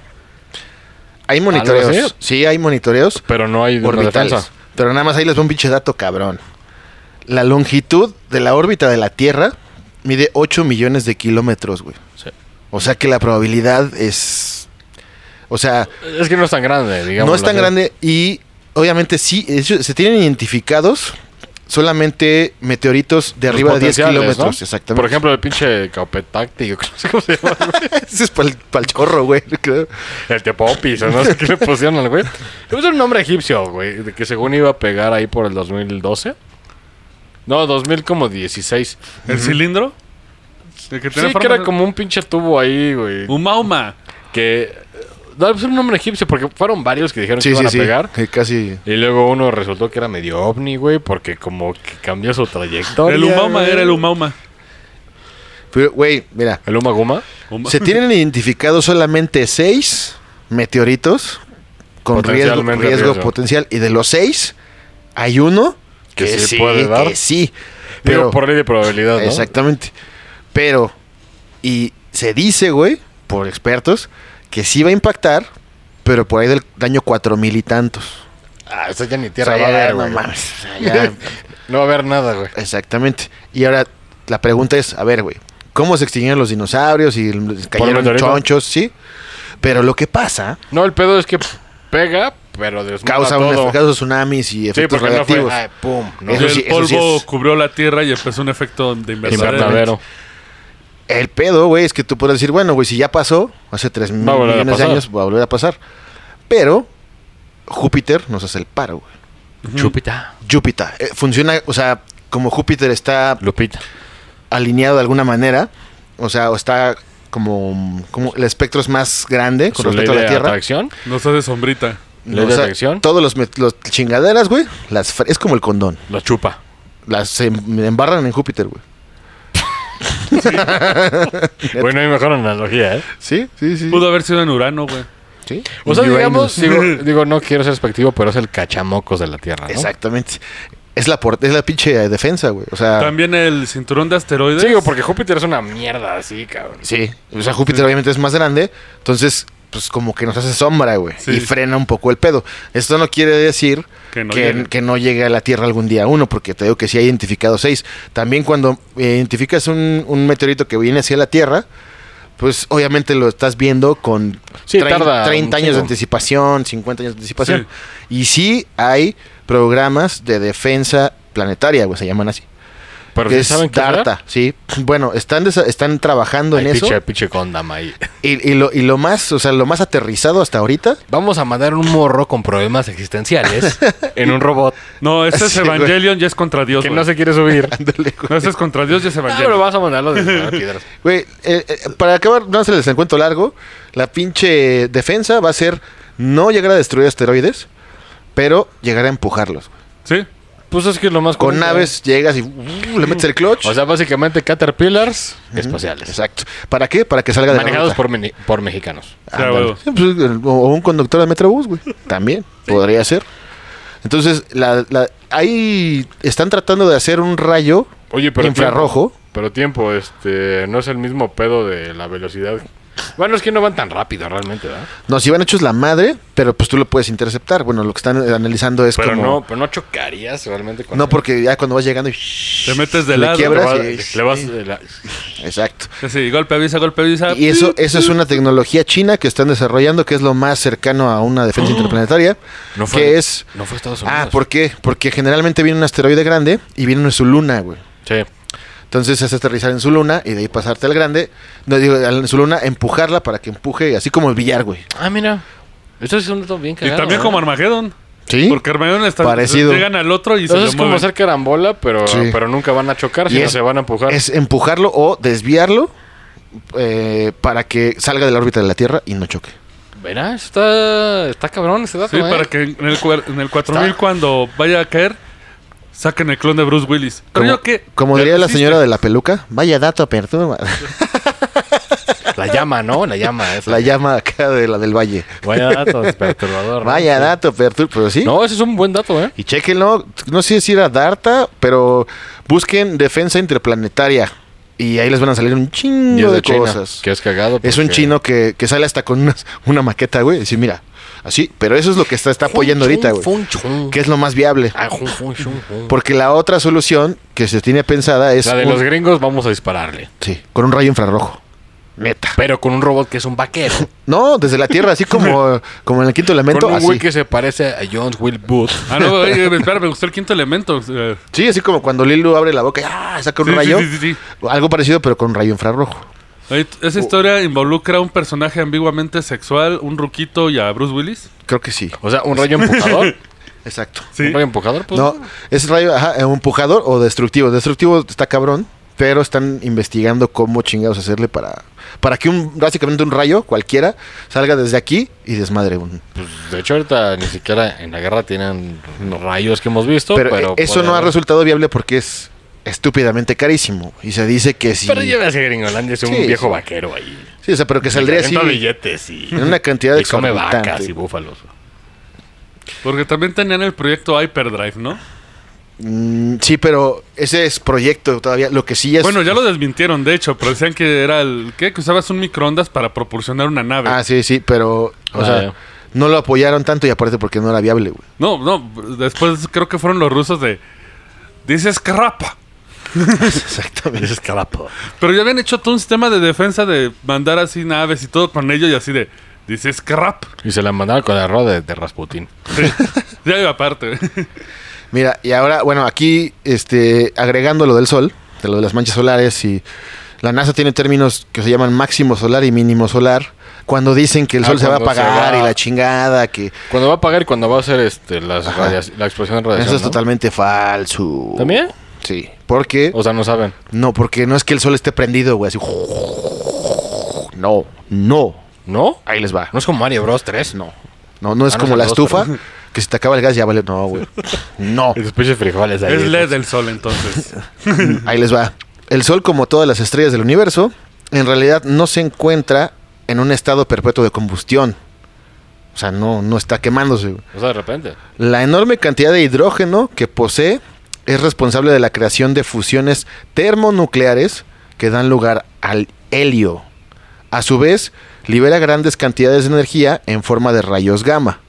Speaker 2: hay
Speaker 3: ¿Algo así?
Speaker 2: monitoreos. Sí, hay monitoreos
Speaker 3: pero no hay de una
Speaker 2: orbitales.
Speaker 3: defensa?
Speaker 2: Pero nada más ahí les va un pinche dato cabrón. La longitud de la órbita de la Tierra mide 8 millones de kilómetros, güey.
Speaker 3: Sí.
Speaker 2: O sea que la probabilidad es... O sea,
Speaker 3: Es que no es tan grande, digamos.
Speaker 2: no es tan grande y obviamente sí, de hecho, se tienen identificados solamente meteoritos de arriba de 10 kilómetros. Exactamente.
Speaker 3: Por ejemplo, el pinche Caupetacti, yo no sé cómo se llama, güey.
Speaker 2: ese es para el chorro, güey. creo.
Speaker 3: el Tepopis, o no sé qué le pusieron al güey. Es un nombre egipcio, güey, de que según iba a pegar ahí por el 2012. No, 2000 como 16.
Speaker 4: ¿El cilindro? El que tiene
Speaker 3: Sí, que
Speaker 4: forma
Speaker 3: era
Speaker 4: de-
Speaker 3: como un pinche tubo ahí, güey.
Speaker 4: Umauma.
Speaker 3: Que. No, es un nombre egipcio, porque fueron varios que dijeron
Speaker 2: Sí,
Speaker 3: que iban
Speaker 2: sí,
Speaker 3: a
Speaker 2: sí.
Speaker 3: pegar.
Speaker 2: que Casi...
Speaker 3: Y luego uno resultó que era medio ovni, güey, porque como que cambió su trayectoria.
Speaker 4: El Umauma
Speaker 3: güey.
Speaker 4: era el Umauma.
Speaker 2: Pero, güey, mira,
Speaker 3: ¿El Umaguma?
Speaker 4: O ma-
Speaker 2: Se tienen identificados solamente seis meteoritos con riesgo,
Speaker 3: Potencialmente
Speaker 2: riesgo
Speaker 3: riesgo.
Speaker 2: potencial. Y de los seis, hay uno que, sí, puede dar. Que sí. Pero,
Speaker 3: Pero por ley de probabilidad, ¿no?
Speaker 2: exactamente. Pero, y se dice, güey, por expertos, que sí va a impactar, pero por ahí del daño cuatro mil y tantos.
Speaker 3: Ah, eso ya
Speaker 2: O
Speaker 3: ni
Speaker 2: sea,
Speaker 3: tierra va a
Speaker 2: ya
Speaker 3: haber,
Speaker 2: no
Speaker 3: güey.
Speaker 2: mames, o sea, ya-
Speaker 3: No va a haber nada, güey.
Speaker 2: exactamente. Y ahora, la pregunta es, a ver, güey, ¿cómo se extinguieron los dinosaurios y les cayeron
Speaker 3: meteorito?
Speaker 2: chonchos? Sí. Pero lo que pasa...
Speaker 3: No, el pedo es que pega, pero desmonta
Speaker 2: causa un
Speaker 3: todo.
Speaker 2: causa tsunamis y
Speaker 3: Sí,
Speaker 2: efectos
Speaker 3: porque no fue... Ah.
Speaker 2: radiactivos.
Speaker 3: Ay, pum. ¿no?
Speaker 2: Eso
Speaker 4: el
Speaker 2: sí, eso
Speaker 4: polvo
Speaker 2: sí es.
Speaker 4: cubrió la tierra y empezó un efecto de invernadero.
Speaker 3: Invernadero.
Speaker 2: El pedo, güey, es que tú puedes decir, bueno, güey, si ya pasó hace 3 mil
Speaker 3: Va a volver a
Speaker 2: millones de
Speaker 3: pasar.
Speaker 2: años, va a volver a pasar. Pero Júpiter nos hace el paro, güey.
Speaker 3: Chupita.
Speaker 2: Júpiter eh, funciona, o sea, como Júpiter está
Speaker 3: Lupita.
Speaker 2: alineado de alguna manera, o sea, o está como, como el espectro es más grande con
Speaker 3: Su ley
Speaker 2: respecto a
Speaker 3: de
Speaker 2: la Tierra.
Speaker 3: atracción.
Speaker 4: Nos hace sombrita.
Speaker 3: ley de
Speaker 2: O sea,
Speaker 3: atracción.
Speaker 2: todos los, met- los chingaderas, güey, las fre- es como el condón,
Speaker 3: Lo chupa.
Speaker 2: las se em- embarran en Júpiter, güey.
Speaker 3: Bueno, hay mejor analogía, ¿eh?
Speaker 2: Sí, sí, sí.
Speaker 4: Pudo haber sido en Urano, güey.
Speaker 2: Sí.
Speaker 3: O sea,
Speaker 2: Uranus.
Speaker 3: digamos, digo, digo, no quiero ser despectivo, pero es el cachamocos de la Tierra, ¿no?
Speaker 2: Exactamente. Es la, por- es la pinche eh, defensa, güey. O sea,
Speaker 4: También el cinturón de asteroides.
Speaker 3: Sí, digo, porque Júpiter es una mierda así, cabrón.
Speaker 2: sí. O sea, Júpiter obviamente es más grande. Entonces, pues como que nos hace sombra, güey.
Speaker 4: Sí.
Speaker 2: Y frena un poco el pedo. Esto no quiere decir
Speaker 4: Que
Speaker 2: que
Speaker 4: no
Speaker 2: no,
Speaker 4: llegue.
Speaker 2: que, no llegue a la Tierra algún día uno, porque te digo que sí ha identificado seis. También cuando eh, identificas un, un meteorito que viene hacia la Tierra, pues obviamente lo estás viendo con
Speaker 3: Sí,
Speaker 2: trein-
Speaker 3: tarda un
Speaker 2: 30 años de
Speaker 3: chingo.
Speaker 2: anticipación, 50 años de anticipación. Y sí hay programas de defensa planetaria, güey, se llaman así.
Speaker 3: Pero
Speaker 2: que
Speaker 3: sí
Speaker 2: es
Speaker 3: saben qué
Speaker 2: DARTA, sí. Bueno, están, desa- están trabajando en
Speaker 3: Ay,
Speaker 2: eso.
Speaker 3: Pinche, pinche Gundam ahí.
Speaker 2: Y, y lo, y lo más, o sea, lo más aterrizado hasta ahorita.
Speaker 3: Vamos a mandar un morro con problemas existenciales en un robot
Speaker 4: No, ese es
Speaker 2: Sí, güey.
Speaker 4: Evangelion, ya es contra Dios.
Speaker 3: que
Speaker 4: güey.
Speaker 3: no se quiere subir. Ah,
Speaker 2: Ándale, güey.
Speaker 4: No, ese es contra Dios, ya es
Speaker 3: No, Ah, pero
Speaker 4: Evangelion.
Speaker 3: vas a mandarlo de piedras.
Speaker 2: Güey, eh, eh, para acabar, no se les encuentro largo. La pinche defensa va a ser no llegar a destruir asteroides, pero llegar a empujarlos.
Speaker 4: Sí.
Speaker 3: Pues es que es lo más
Speaker 2: Con
Speaker 3: común,
Speaker 2: naves llegas y uh, le metes el clutch.
Speaker 3: ¿no? O sea, básicamente caterpillars espaciales.
Speaker 2: Exacto. ¿Para qué? Para que salga de
Speaker 3: Manejados
Speaker 2: la ruta.
Speaker 3: por, meni- por mexicanos.
Speaker 4: O sea,
Speaker 2: Ándale.
Speaker 4: huevo.
Speaker 2: Sí, pues, el- o o un conductor de Metrobús, güey. También podría ser. Entonces, la, la- ahí están tratando de hacer un rayo
Speaker 3: Oye, pero.
Speaker 2: infrarrojo.
Speaker 3: tiempo- pero tiempo, este. No es el mismo pedo de la velocidad. Bueno, es que no van tan rápido realmente, ¿verdad?
Speaker 2: Nos iban hechos la madre, pero pues tú lo puedes interceptar. Bueno, lo que están eh, analizando es
Speaker 3: Pero
Speaker 2: como...
Speaker 3: no,
Speaker 2: No,
Speaker 3: pero no chocarías realmente con
Speaker 2: porque ya cuando vas llegando y...
Speaker 4: Te metes de
Speaker 2: le
Speaker 4: lado,
Speaker 2: quiebras
Speaker 3: Le
Speaker 2: y-
Speaker 3: vas- le vas de la-
Speaker 2: Exacto.
Speaker 4: Sí, golpe avisa, golpe avisa.
Speaker 2: Y eso, eso es una tecnología china que están desarrollando, que es lo más cercano a una defensa interplanetaria,
Speaker 3: No fue-
Speaker 2: que es...
Speaker 3: No fue Estados Unidos.
Speaker 2: Ah, ¿por qué? Porque generalmente viene un asteroide grande y viene en su luna, güey.
Speaker 3: Sí.
Speaker 2: Entonces es aterrizar en su luna y de ahí pasarte al grande. No digo, al- en su luna, empujarla para que empuje, así como el billar, güey.
Speaker 3: Ah, mira. Esto es un dato bien
Speaker 4: Y
Speaker 3: cagado. ¿eh?
Speaker 4: también
Speaker 3: ¿no?
Speaker 4: como Armagedón.
Speaker 2: ¿Sí.
Speaker 4: Porque Armagedón está.
Speaker 2: Parecido.
Speaker 4: Llegan al otro y se
Speaker 3: Entonces
Speaker 4: lo
Speaker 3: es como
Speaker 4: mueven.
Speaker 3: hacer carambola, pero,
Speaker 2: Sí.
Speaker 3: pero nunca van a chocar,
Speaker 2: Y
Speaker 3: sino
Speaker 2: es-
Speaker 3: se van a empujar.
Speaker 2: Es empujarlo o desviarlo eh, para que salga de la órbita de la Tierra y no choque.
Speaker 3: Verá, está, está cabrón ese dato,
Speaker 4: Sí,
Speaker 3: ¿eh?
Speaker 4: para que en el, cuar- en el 4000
Speaker 3: Está.
Speaker 4: cuando vaya a caer, saquen el clon de Bruce Willis. Pero yo que...
Speaker 2: como diría la
Speaker 4: hiciste.
Speaker 2: señora de la peluca, vaya dato perturba.
Speaker 3: La llama, ¿no? La llama. esa.
Speaker 2: la llama acá de la del valle.
Speaker 3: Vaya dato es perturbador. ¿no?
Speaker 2: Vaya
Speaker 3: Sí.
Speaker 2: dato perturba. Pero sí.
Speaker 3: No, ese es un buen dato, ¿eh?
Speaker 2: Y chequenlo, no sé si era Darta, pero busquen defensa interplanetaria. Y ahí les van a salir un
Speaker 3: Y es
Speaker 2: chingo de,
Speaker 3: China,
Speaker 2: cosas.
Speaker 3: Que es cagado.
Speaker 2: Es un
Speaker 3: porque-
Speaker 2: chino que, que sale hasta con unas- una, maqueta, güey. Sí, mira, así. Pero eso es lo que está, está apoyando
Speaker 3: Fun,
Speaker 2: ahorita,
Speaker 3: chun,
Speaker 2: güey.
Speaker 3: fun, chun.
Speaker 2: Que es lo más viable.
Speaker 3: Ah, jun, fun, chun, fun.
Speaker 2: Porque la otra solución que se tiene pensada es
Speaker 3: La de
Speaker 2: un-
Speaker 3: los gringos vamos a dispararle.
Speaker 2: sí, con un rayo infrarrojo. Neta.
Speaker 3: Pero con un robot que es un vaquero.
Speaker 2: No, desde la Tierra, así como, como en el quinto
Speaker 3: con
Speaker 2: elemento.
Speaker 3: un
Speaker 2: Así.
Speaker 3: güey que se parece a John Will Booth.
Speaker 4: Ah, no, oye, espera, me gustó el quinto elemento. eh,
Speaker 2: Sí, así como cuando Lilu abre la boca y ¡ah! saca un
Speaker 4: sí, sí,
Speaker 2: rayo.
Speaker 4: sí, sí, sí.
Speaker 2: Algo parecido, pero con rayo infrarrojo.
Speaker 4: Oye, t- Esa historia involucra a un personaje ambiguamente sexual, un ruquito y a Bruce Willis.
Speaker 2: Creo que sí.
Speaker 3: O sea, un rayo empujador.
Speaker 2: Exacto.
Speaker 4: Sí.
Speaker 3: Un rayo empujador, pues.
Speaker 2: no, es rayo ajá, eh, empujador o destructivo. Destructivo está cabrón, pero están investigando cómo chingados hacerle para para que un básicamente un rayo cualquiera salga desde aquí y desmadre un.
Speaker 3: Pues, de hecho, ahorita ni siquiera en la guerra tienen los rayos que hemos visto.
Speaker 2: Pero,
Speaker 3: Pero,
Speaker 2: eh, eso
Speaker 3: puede
Speaker 2: no ha
Speaker 3: haber.
Speaker 2: resultado viable porque es estúpidamente carísimo. Y se dice que si...
Speaker 3: Pero llevas a Gringolandia, es un
Speaker 2: Sí,
Speaker 3: viejo
Speaker 2: sí.
Speaker 3: vaquero ahí.
Speaker 2: Sí, o sea, pero que saldría así
Speaker 3: Renta billetes y,
Speaker 2: en una cantidad
Speaker 3: y come
Speaker 2: exorbitante.
Speaker 3: vacas y búfalos.
Speaker 4: Porque también tenían el proyecto Hyperdrive, ¿no?
Speaker 2: Mm, sí, pero ese es proyecto todavía. Lo que sí es...
Speaker 4: Bueno, ya lo desmintieron, de hecho, pero decían que era el... ¿Qué? Que usabas un microondas para propulsionar una nave.
Speaker 2: Ah, sí, sí, pero... O
Speaker 3: Ah,
Speaker 2: sea,
Speaker 3: ya.
Speaker 2: no lo apoyaron tanto y aparte porque no era viable, güey.
Speaker 4: No, no, después creo que fueron los rusos de... Dices carrapa.
Speaker 2: Exactamente.
Speaker 3: Dices carapo.
Speaker 4: Pero ya habían hecho todo un sistema de defensa de mandar así naves y todo con ello y así de... Dices crap.
Speaker 3: Y se la mandaron con la rueda de, de Rasputin.
Speaker 4: Ya iba aparte.
Speaker 2: Mira, y ahora, bueno, aquí, este, agregando lo del sol, de lo de las manchas solares, y la NASA tiene términos que se llaman máximo solar y mínimo solar, cuando dicen que el
Speaker 3: Ah,
Speaker 2: sol se va a
Speaker 3: cuando se
Speaker 2: apagar
Speaker 3: va.
Speaker 2: y la chingada, que
Speaker 3: Cuando va a pagar y cuando va a hacer este, las radia- la explosión de radiación.
Speaker 2: eso es
Speaker 3: ¿no?
Speaker 2: totalmente falso.
Speaker 3: ¿También?
Speaker 2: Sí, porque,
Speaker 3: O sea, no saben.
Speaker 2: no, porque no es que el sol esté prendido, güey, así. No, no,
Speaker 3: ¿No?
Speaker 2: ahí les va.
Speaker 3: ¿No es como Mario Bros 3?
Speaker 2: No, no, no es
Speaker 3: Ah, no
Speaker 2: como
Speaker 3: son
Speaker 2: la
Speaker 3: dos,
Speaker 2: estufa, que si te acaba el gas ya vale, no, güey. No.
Speaker 3: Y después de frijoles ahí.
Speaker 4: es LED el sol entonces.
Speaker 2: Ahí les va. El Sol, como todas las estrellas del universo, en realidad no se encuentra en un estado perpetuo de combustión. O sea, no, no está quemándose. güey.
Speaker 3: O sea, de repente.
Speaker 2: La enorme cantidad de hidrógeno que posee es responsable de la creación de fusiones termonucleares que dan lugar al helio. A su vez, libera grandes cantidades de energía en forma de rayos gamma.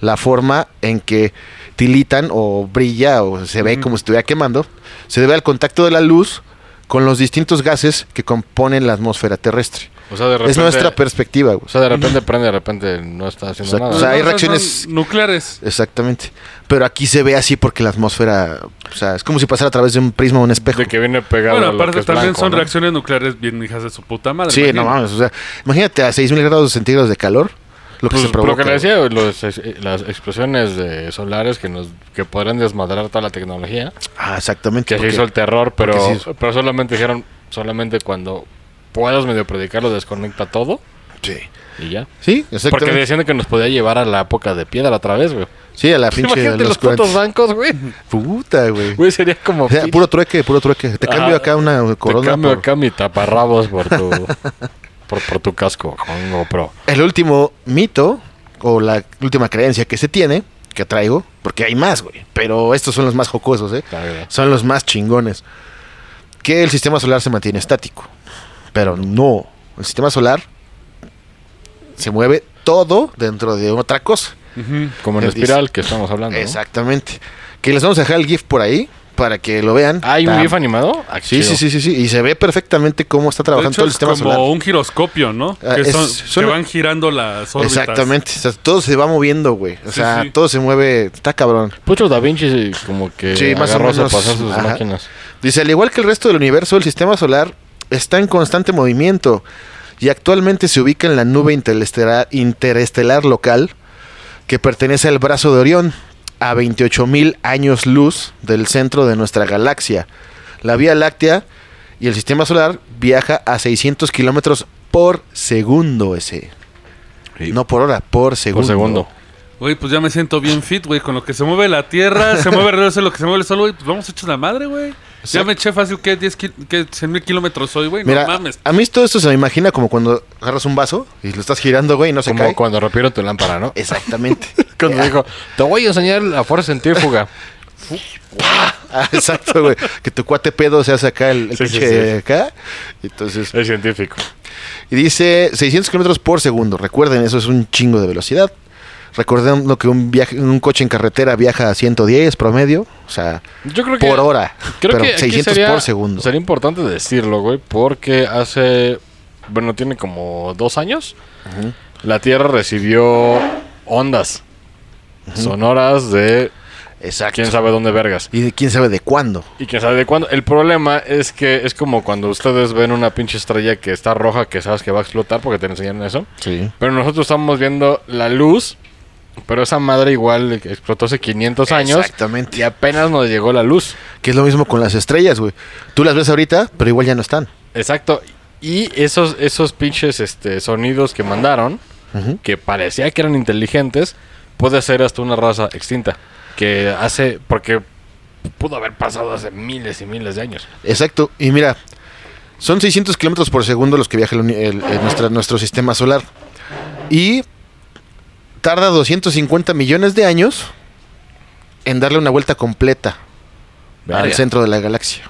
Speaker 2: La forma en que tilitan o brilla o se ve como si estuviera quemando se debe al contacto de la luz con los distintos gases que componen la atmósfera terrestre.
Speaker 3: O sea, de repente.
Speaker 2: Es nuestra perspectiva. güey.
Speaker 3: O sea, de repente prende, de repente no está haciendo
Speaker 2: Exacto.
Speaker 3: nada.
Speaker 2: O sea, hay
Speaker 4: Entonces son
Speaker 2: reacciones-
Speaker 4: Nucleares.
Speaker 2: Exactamente. Pero aquí se ve así porque la atmósfera, o sea, es como si pasara a través de un prisma o un espejo.
Speaker 3: de que viene pegado.
Speaker 4: Bueno,
Speaker 3: a lo que
Speaker 4: aparte
Speaker 3: es
Speaker 4: también
Speaker 3: blanco,
Speaker 4: son
Speaker 3: ¿no?
Speaker 4: reacciones nucleares bien hijas de su puta madre.
Speaker 2: sí, no
Speaker 4: imagino.
Speaker 2: mames, o sea, imagínate a 6000 grados centígrados de calor, lo que
Speaker 3: Pues,
Speaker 2: se provoca.
Speaker 3: Lo que le decía, los ex- eh, las explosiones de solares que nos que podrán desmadrar toda la tecnología.
Speaker 2: Ah, exactamente.
Speaker 3: Que se
Speaker 2: porque-
Speaker 3: hizo el terror, pero,
Speaker 2: porque sí.
Speaker 3: pero solamente dijeron, solamente cuando puedas medio predicarlo, desconecta todo
Speaker 2: Sí.
Speaker 3: y ya.
Speaker 2: Sí,
Speaker 3: Porque
Speaker 2: exactamente.
Speaker 3: decían que nos podía llevar a la época de piedra otra vez, güey.
Speaker 2: Sí, a la pinche de
Speaker 3: Imagínate los
Speaker 2: los
Speaker 3: putos
Speaker 2: 40.
Speaker 3: bancos, güey.
Speaker 2: Puta, güey.
Speaker 3: Güey, sería como...
Speaker 2: O sea,
Speaker 3: pin-
Speaker 2: puro trueque, puro trueque. Te
Speaker 3: Ajá.
Speaker 2: cambio acá una corona.
Speaker 3: Te cambio
Speaker 2: por-
Speaker 3: acá mi taparrabos por tu, por, por tu casco con GoPro.
Speaker 2: El último mito o la última creencia que se tiene, que traigo, porque hay más, güey, pero estos son los más jocosos, ¿eh?
Speaker 3: La verdad.
Speaker 2: son los más chingones. Que el sistema solar se mantiene estático. Pero no. El sistema solar se mueve todo dentro de otra cosa.
Speaker 4: Ujú.
Speaker 3: Como en
Speaker 2: Él
Speaker 3: espiral que estamos
Speaker 4: Ah,
Speaker 3: hablando. ¿no?
Speaker 2: Exactamente. Que les vamos a dejar el GIF por ahí para que lo vean.
Speaker 3: ¿Hay un
Speaker 2: Tam-
Speaker 3: GIF animado? Ah,
Speaker 2: Sí,
Speaker 3: chido.
Speaker 2: sí, sí, sí, sí. Y se ve perfectamente cómo está
Speaker 4: De
Speaker 2: trabajando
Speaker 4: hecho,
Speaker 2: todo el
Speaker 4: es
Speaker 2: sistema
Speaker 4: como
Speaker 2: solar.
Speaker 4: un giroscopio, ¿no?
Speaker 2: Ah,
Speaker 4: que,
Speaker 2: es-
Speaker 4: son,
Speaker 2: son-
Speaker 4: que van girando las órbitas.
Speaker 2: Exactamente. O sea, todo se va moviendo, güey. O
Speaker 4: Sí,
Speaker 2: sea,
Speaker 4: sí.
Speaker 2: todo se mueve. Está cabrón.
Speaker 3: Pucho Da Vinci eh, como que
Speaker 2: Sí, más o
Speaker 3: agarró su
Speaker 2: menos,
Speaker 3: pasar sus
Speaker 2: ajá.
Speaker 3: máquinas.
Speaker 2: Dice, al igual que el resto del universo, el sistema solar está en constante movimiento y actualmente se ubica en la nube interestela- interestelar, local que pertenece al brazo de Orión, a 28.000 años luz del centro de nuestra galaxia. La Vía Láctea y el sistema solar viaja a 600 kilómetros por segundo ese. No por hora, por segundo.
Speaker 3: Por segundo.
Speaker 4: Güey, pues ya me siento bien fit, güey. Con lo que se mueve la Tierra, se mueve alrededor de lo que se mueve el Sol, güey. Pues vamos hechos la madre, güey. Ya
Speaker 2: Exacto.
Speaker 4: me eché fácil que 10 kil- que 100 mil kilómetros hoy, güey.
Speaker 2: Mira,
Speaker 4: no mames.
Speaker 2: a mí todo esto se me imagina como cuando agarras un vaso y lo estás girando, güey, y no se
Speaker 3: Como
Speaker 2: cae.
Speaker 3: cuando refiero tu lámpara, ¿no?
Speaker 2: Exactamente.
Speaker 3: Cuando dijo, te voy a enseñar la fuerza centrífuga.
Speaker 2: Ah, exacto, güey. Que tu cuate pedo se hace acá el, el
Speaker 3: Sí, sí,
Speaker 2: pinche
Speaker 3: sí.
Speaker 2: acá. Entonces,
Speaker 3: Es científico.
Speaker 2: y dice 600 kilómetros por segundo. Recuerden, eso es un chingo de velocidad. Recordando que un viaje, un coche en carretera viaja a 110 promedio, o sea,
Speaker 3: Yo creo que...
Speaker 2: por hora.
Speaker 3: Creo
Speaker 2: pero
Speaker 3: que aquí
Speaker 2: 600
Speaker 3: sería-
Speaker 2: por segundo.
Speaker 3: Sería importante decirlo, güey, porque hace. Bueno, tiene como dos años. La Tierra recibió ondas sonoras de
Speaker 2: Exacto.
Speaker 3: quién sabe dónde vergas.
Speaker 2: Y de quién sabe de cuándo.
Speaker 3: Y quién sabe de cuándo. El problema es que es como cuando ustedes ven una pinche estrella que está roja que sabes que va a explotar porque te enseñaron eso.
Speaker 2: Sí.
Speaker 3: Pero nosotros estamos viendo la luz. Pero esa madre igual explotó hace 500 años.
Speaker 2: Exactamente.
Speaker 3: Y apenas nos llegó la luz.
Speaker 2: Que es lo mismo con las estrellas, güey. Tú las ves ahorita, pero igual ya no están.
Speaker 3: Exacto. Y esos, esos pinches este, sonidos que mandaron,
Speaker 2: Ujú.
Speaker 3: que parecía que eran inteligentes, puede ser hasta una raza extinta. Que hace. Porque pudo haber pasado hace miles y miles de años.
Speaker 2: Exacto. Y mira, son 600 kilómetros por segundo los que viaja el uni- el- el- nuestra- nuestro sistema solar. Y tarda 250 millones de años en darle una vuelta completa al
Speaker 3: Verga.
Speaker 2: centro de la galaxia.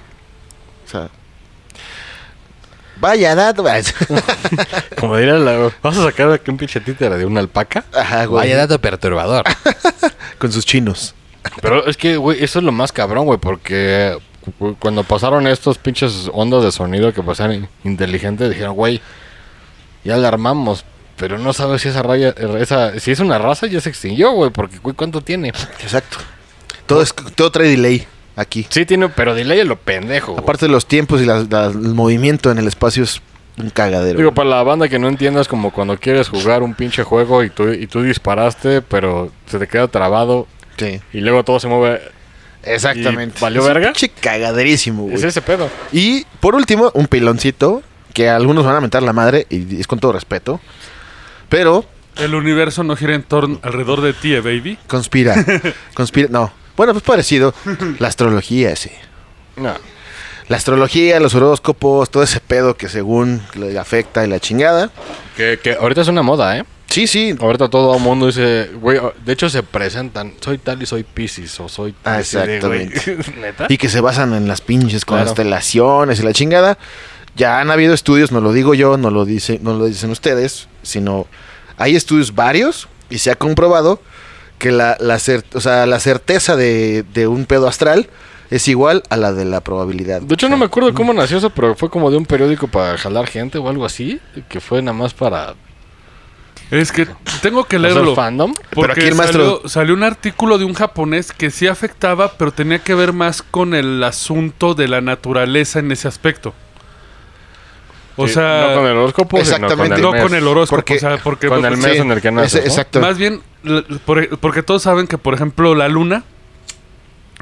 Speaker 2: O sea, vaya dato.
Speaker 3: Como diría la... Vas a sacar aquí un pinche títere de una alpaca.
Speaker 2: Ajá, güey.
Speaker 3: Vaya dato perturbador.
Speaker 2: Con sus chinos.
Speaker 3: Pero es que, güey, eso es lo más cabrón, güey, porque cu- cuando pasaron estos pinches ondas de sonido que pasaron in- inteligentes, dijeron, güey, ya la armamos, pero no sabes si esa raya, esa, si es una raza, ya se extinguió, güey, porque, güey, ¿cuánto tiene?
Speaker 2: Exacto. Todo, es, todo trae delay aquí.
Speaker 3: Sí tiene, pero delay es lo pendejo. güey.
Speaker 2: Aparte de los tiempos y las- las- el movimiento en el espacio es un cagadero.
Speaker 3: Digo, para la banda que no entiendas, como cuando quieres jugar un pinche juego y tú, y tú disparaste, pero se te queda trabado
Speaker 2: Sí.
Speaker 3: y luego todo se mueve.
Speaker 2: Exactagaderísimo,
Speaker 3: ¿Y valió verga?
Speaker 2: cagaderísimo, güey.
Speaker 3: Es ese pedo.
Speaker 2: Y por último, un piloncito que a algunos van a mentar la madre y es con todo respeto, pero
Speaker 4: El universo no gira en torno alrededor de ti, eh, baby.
Speaker 2: conspira. conspira, no. Bueno, pues parecido. La astrología, sí.
Speaker 3: No.
Speaker 2: La astrología, los horóscopos, todo ese pedo que según le afecta y la chingada.
Speaker 3: Que, que ahorita es una moda, ¿eh?
Speaker 2: Sí, sí.
Speaker 3: Ahorita todo el mundo dice, güey, o- de hecho se presentan, soy tal y soy Pisces o soy
Speaker 2: Ah,
Speaker 3: así de, güey, ¿Neta?
Speaker 2: Y que se basan en las pinches
Speaker 3: ¿Ah? Claro.
Speaker 2: constelaciones y la chingada. Ya han habido estudios, no lo digo yo, no lo, dice, no lo dicen ustedes, sino hay estudios varios y se ha comprobado que la, la cer- o sea, la certeza de, de un pedo astral es igual a la de la probabilidad.
Speaker 3: De hecho no me acuerdo cómo nació eso, pero fue como de un periódico para jalar gente o algo así, que fue nada más para
Speaker 4: Es que tengo que
Speaker 3: hacer
Speaker 4: leerlo.
Speaker 3: fandom.
Speaker 4: Porque
Speaker 2: aquí el maestro-
Speaker 4: salió, salió un artículo de un japonés que sí afectaba, pero tenía que ver más con el asunto de la naturaleza en ese aspecto. O
Speaker 3: Sí,
Speaker 4: sea,
Speaker 3: no con el horóscopo,
Speaker 2: exactamente.
Speaker 3: sino
Speaker 4: no
Speaker 3: con el mes.
Speaker 4: con el horóscopo,
Speaker 2: Porque-
Speaker 4: o sea, porque
Speaker 3: con el mes en el que naces,
Speaker 2: ese-
Speaker 3: ¿no?
Speaker 2: Exacto.
Speaker 4: Más bien, l- por- e, porque todos saben que, por ejemplo, la luna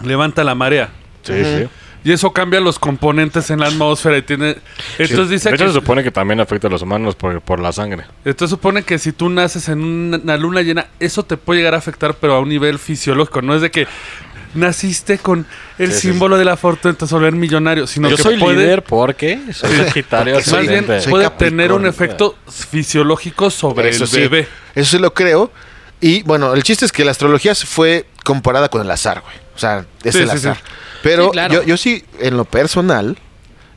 Speaker 4: levanta la marea.
Speaker 3: Sí, sí.
Speaker 4: Y eso cambia los componentes en la atmósfera y tiene... Entonces dice
Speaker 3: de hecho
Speaker 4: que...
Speaker 3: se supone que también afecta a los humanos por, por la sangre.
Speaker 4: Entonces supone que si tú naces en una, una luna llena, eso te puede llegar a afectar, pero a un nivel fisiológico. No es de que naciste con el
Speaker 3: Sí, sí,
Speaker 4: símbolo de la fortuna, te vas a volver millonario, sino
Speaker 3: Yo
Speaker 4: que
Speaker 3: soy
Speaker 4: puede,
Speaker 3: líder porque soy sagitario
Speaker 2: porque soy-
Speaker 4: más bien,
Speaker 3: ascendente.
Speaker 2: soy
Speaker 4: puede
Speaker 2: Capricornio.
Speaker 4: tener un efecto fisiológico sobre
Speaker 2: Eso
Speaker 4: el
Speaker 2: sí,
Speaker 4: bebé.
Speaker 2: Eso sí lo creo. Y bueno, el chiste es que la astrología fue comparada con el azar, güey. O sea, es
Speaker 4: Sí,
Speaker 2: el
Speaker 4: sí, sí.
Speaker 2: azar. Pero
Speaker 3: Sí, claro.
Speaker 2: yo, yo sí, en lo personal,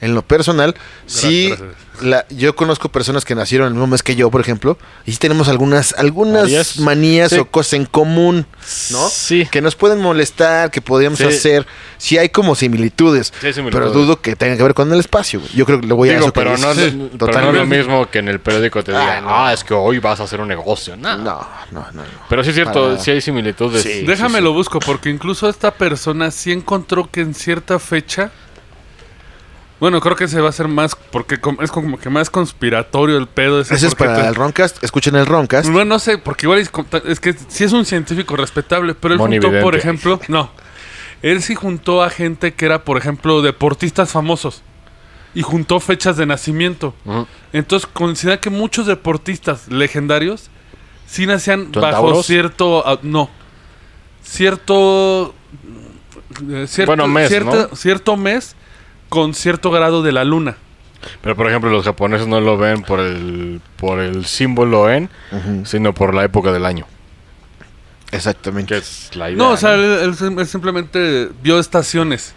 Speaker 2: en lo personal, sí,
Speaker 4: gracias.
Speaker 2: la- yo conozco personas que nacieron el mismo mes que yo, por ejemplo, y sí tenemos algunas, algunas
Speaker 3: Manías.
Speaker 2: manías
Speaker 3: Sí.
Speaker 2: o cosas en común, ¿no?
Speaker 3: Sí.
Speaker 2: Que nos pueden molestar, que podríamos
Speaker 3: Sí.
Speaker 2: hacer. Sí hay como similitudes,
Speaker 3: Sí hay similitudes.
Speaker 2: pero dudo que tenga que ver con el espacio, güey. Yo creo que le voy a
Speaker 3: Digo,
Speaker 2: eso que
Speaker 3: pero, no,
Speaker 2: dices. Sí,
Speaker 3: pero no es lo
Speaker 2: totalmente.
Speaker 3: mismo que en el periódico te
Speaker 2: Ah,
Speaker 3: digan,
Speaker 2: no.
Speaker 3: ah, es que hoy vas a hacer un negocio. No.
Speaker 2: No, no, no, no.
Speaker 3: Pero sí es
Speaker 2: Para
Speaker 3: cierto,
Speaker 2: nada.
Speaker 3: sí hay similitudes.
Speaker 2: Sí,
Speaker 4: Déjame lo busco, porque incluso esta persona sí encontró que en cierta fecha. Bueno, creo que se va a hacer más, porque com- es como que más conspiratorio el pedo. Ese,
Speaker 2: Ese es
Speaker 4: porque
Speaker 2: para
Speaker 4: te-
Speaker 2: el Roncast. Escuchen el Roncast.
Speaker 4: Bueno, no sé, porque igual es, com- es que sí es un científico respetable, pero él juntó, por
Speaker 3: Monividente.
Speaker 4: ejemplo, no. Él sí juntó a gente que era, por ejemplo, deportistas famosos y juntó fechas de nacimiento.
Speaker 3: Ujú.
Speaker 4: Entonces, considera que muchos deportistas legendarios sí nacían bajo
Speaker 3: ¿Centauros?
Speaker 4: cierto. ah, no. Cierto. eh, cierto
Speaker 3: Bueno, mes,
Speaker 4: cierta-
Speaker 3: ¿no?
Speaker 4: Cierto mes con cierto grado de la luna.
Speaker 3: Pero por ejemplo, los japoneses no lo ven por el por el símbolo en, sino por la época del año, que
Speaker 2: Exactamente.
Speaker 3: es la idea.
Speaker 4: No, o sea, él, él sim- él simplemente vio estaciones.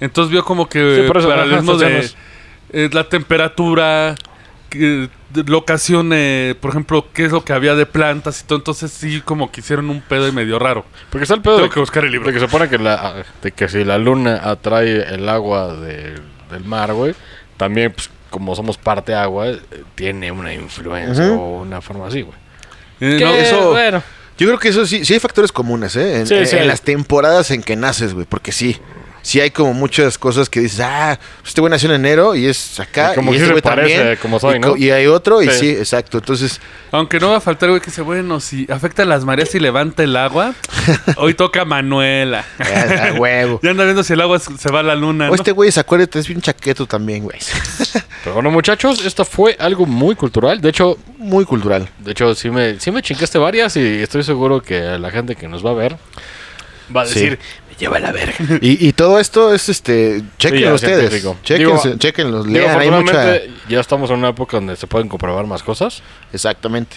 Speaker 4: Entonces vio como que
Speaker 3: Sí, por eso, ajá,
Speaker 4: paralelismo de
Speaker 3: estaciones.
Speaker 4: eh, la temperatura, que- de locación, eh, por ejemplo, qué es lo que había de plantas y todo. Entonces sí como que hicieron un pedo y medio raro.
Speaker 3: porque está el pedo
Speaker 4: Tengo
Speaker 3: de
Speaker 4: que buscar el libro.
Speaker 3: de que se supone que la de que si la luna atrae el agua de- del mar, güey, también pues, como somos parte agua, eh, tiene una influencia o una forma así, güey.
Speaker 4: Eh,
Speaker 3: Que,
Speaker 4: no, eso-
Speaker 3: bueno,
Speaker 2: Yo creo que eso sí, sí hay factores comunes, ¿eh? En,
Speaker 3: Sí,
Speaker 2: en-
Speaker 3: sí.
Speaker 2: en las temporadas en que naces, güey. Porque sí. Sí hay como muchas cosas que dices, ah, este güey nació en enero y es acá.
Speaker 3: Y como
Speaker 2: y
Speaker 3: que
Speaker 2: este
Speaker 3: se
Speaker 2: güey
Speaker 3: parece como soy,
Speaker 2: y, co-
Speaker 3: ¿no?
Speaker 2: y hay otro y
Speaker 3: Sí.
Speaker 2: sí. exacto. Entonces,
Speaker 4: Aunque no va a faltar güey que dice, bueno, si afecta a las mareas y levanta el agua, hoy toca Manuela.
Speaker 2: a, a huevo.
Speaker 4: ya anda viendo si el agua s- se va a la luna.
Speaker 2: O
Speaker 4: ¿no?
Speaker 2: este güey se acuérdate, es bien chaqueto también, güey.
Speaker 3: pero bueno, muchachos, esto fue algo muy cultural. De hecho,
Speaker 2: Muy cultural.
Speaker 3: De hecho, sí me, sí me chingaste varias y estoy seguro que la gente que nos va a ver Va a
Speaker 2: Sí.
Speaker 3: decir, me lleva a la verga.
Speaker 2: Y, y todo esto es este. Chequen
Speaker 3: ya,
Speaker 2: ustedes.
Speaker 3: científico.
Speaker 2: Chequense,
Speaker 3: Digo,
Speaker 2: chequenlos,
Speaker 3: Digo,
Speaker 2: lean. Hay mucha.
Speaker 3: afortunadamente, ya estamos en una época donde se pueden comprobar más cosas.
Speaker 2: Exactamente.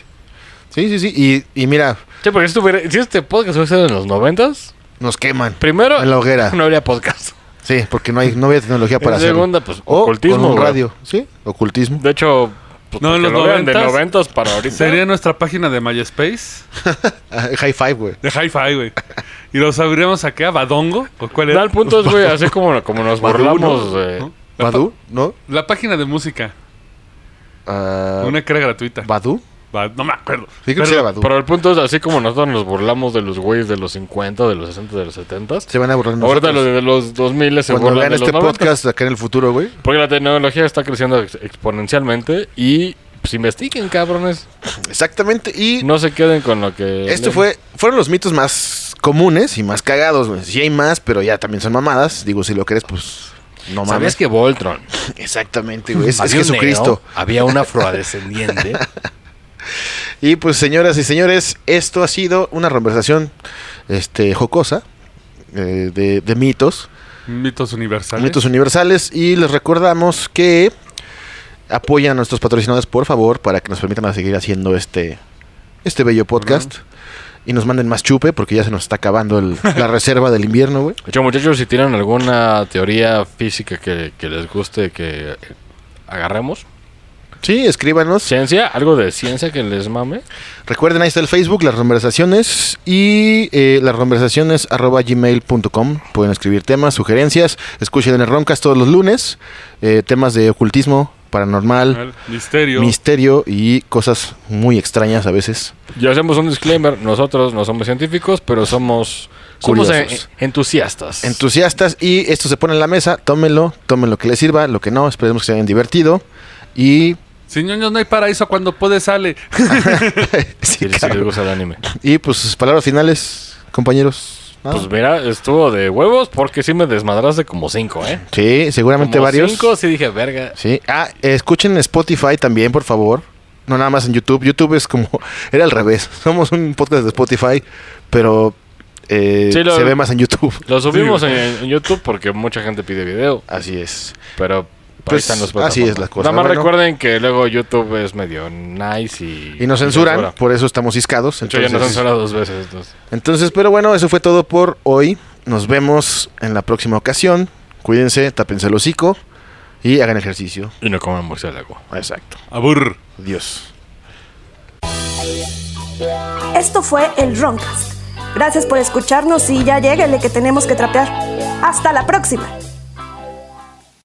Speaker 2: Sí, sí, sí. Y, y mira,
Speaker 3: Sí, porque si, estuviera- si este podcast hubiese sido en los noventas,
Speaker 2: nos queman.
Speaker 3: primero
Speaker 2: En la hoguera.
Speaker 3: no habría podcast.
Speaker 2: Sí, porque no, hay, no había tecnología para
Speaker 3: En
Speaker 2: hacerlo.
Speaker 3: segunda, pues,
Speaker 2: o
Speaker 3: ocultismo,
Speaker 2: con un
Speaker 3: güey.
Speaker 2: radio. Sí, ocultismo.
Speaker 3: De hecho, pues,
Speaker 4: No, en
Speaker 3: porque
Speaker 4: los
Speaker 3: lo vean de
Speaker 4: 90s.
Speaker 3: noventas para ahorita.
Speaker 4: Sería nuestra página de MySpace.
Speaker 2: Ah, High five, güey.
Speaker 4: De Hi-Fi, güey. Y los abriríamos a qué? ¿A Badongo? ¿O cuál
Speaker 3: Da
Speaker 4: era?
Speaker 3: el punto es, güey, así como, como nos
Speaker 2: Maduro,
Speaker 3: burlamos de...
Speaker 4: ¿No? La, pa-
Speaker 2: ¿Badu? ¿No?
Speaker 4: la página de música.
Speaker 2: Ah,
Speaker 4: Una que era gratuita.
Speaker 2: ¿Badu?
Speaker 4: Ba- no me acuerdo.
Speaker 2: Sí, creo que
Speaker 4: Pero-
Speaker 2: sí era Badu.
Speaker 3: Pero el punto es, así como nosotros nos burlamos de los güeyes de los 50, de los 60, de los 70,
Speaker 2: Se van a burlar de
Speaker 3: ahorita los
Speaker 2: nosotros.
Speaker 3: de los 2000 se
Speaker 2: Cuando
Speaker 3: burlan
Speaker 2: vean
Speaker 3: de los
Speaker 2: este
Speaker 3: 90.
Speaker 2: podcast acá en el futuro, güey.
Speaker 3: Porque la tecnología está creciendo ex- exponencialmente y pues investiguen, cabrones.
Speaker 2: Exactamente. Y
Speaker 3: No se queden con lo que...
Speaker 2: Esto fue, fueron los mitos más comunes y más cagados, güey. Sí hay más, pero ya también son mamadas. Digo, si lo crees, pues no
Speaker 3: ¿Sabías
Speaker 2: mames.
Speaker 3: que Voltron?
Speaker 2: Exactamente, güey. Es, es
Speaker 3: había un
Speaker 2: Jesucristo.
Speaker 3: negro, había un afrodescendiente.
Speaker 2: Y pues, señoras y señores, esto ha sido una conversación este, jocosa eh, de, de mitos,
Speaker 4: Mitos universales.
Speaker 2: mitos universales. Y les recordamos que apoyan a nuestros patrocinadores, por favor, para que nos permitan seguir haciendo este, este bello podcast. Y nos manden más chupe, porque ya se nos está acabando el- la reserva del invierno, güey.
Speaker 3: De hecho, muchachos, si tienen alguna teoría física que, que les guste que agarremos,
Speaker 2: Sí, escríbanos.
Speaker 3: ciencia, algo de ciencia que les mame,
Speaker 2: Recuerden, ahí está el Facebook, las conversaciones y eh, las conversaciones arroba gmail.com. Pueden escribir temas, sugerencias. Escuchen en el Roncast todos los lunes. eh, temas de ocultismo, paranormal,
Speaker 4: Misterio.
Speaker 2: misterio y cosas muy extrañas a veces.
Speaker 3: y hacemos un disclaimer: nosotros no somos científicos, pero somos, somos
Speaker 2: Curiosos.
Speaker 3: en- entusiastas.
Speaker 2: Entusiastas y esto se pone en la mesa. Tómenlo, tomen lo que les sirva, lo que no. Esperemos que se hayan divertido. Y,
Speaker 4: Sin ñoños no hay paraíso cuando puede sale.
Speaker 2: sí,
Speaker 3: si, si les
Speaker 2: cabrón.
Speaker 3: gusta el anime.
Speaker 2: y pues sus palabras finales, compañeros. Nada.
Speaker 3: Pues mira, estuvo de huevos porque sí me desmadraste como cinco, ¿eh?
Speaker 2: sí, seguramente
Speaker 3: Como
Speaker 2: varios.
Speaker 3: cinco, sí dije, verga.
Speaker 2: Sí. Ah, escuchen Spotify también, por favor. No nada más en YouTube. YouTube es como... Era al revés. Somos un podcast de Spotify, pero eh,
Speaker 3: Sí, lo-
Speaker 2: se ve más en YouTube.
Speaker 3: Lo subimos
Speaker 4: Sí.
Speaker 3: en, en YouTube porque mucha gente pide video,
Speaker 2: Así es.
Speaker 3: pero
Speaker 2: Pues,
Speaker 3: ahí están los
Speaker 2: así es la cosa.
Speaker 3: Nada más
Speaker 2: Bueno.
Speaker 3: recuerden que luego YouTube es medio nice y...
Speaker 2: Y nos censuran,
Speaker 3: censura.
Speaker 2: por eso estamos ciscados.
Speaker 3: De hecho, ya
Speaker 2: Entonces,
Speaker 3: nos censura dos veces. entonces.
Speaker 2: entonces, pero bueno, eso fue todo por hoy. Nos vemos en la próxima ocasión. Cuídense, tapense el hocico y hagan ejercicio.
Speaker 3: Y no comen murciélago.
Speaker 2: Exacto.
Speaker 4: Abur.
Speaker 2: Dios.
Speaker 1: Esto fue el Roncast. Gracias por escucharnos y ya lléguele que tenemos que trapear. ¡Hasta la próxima!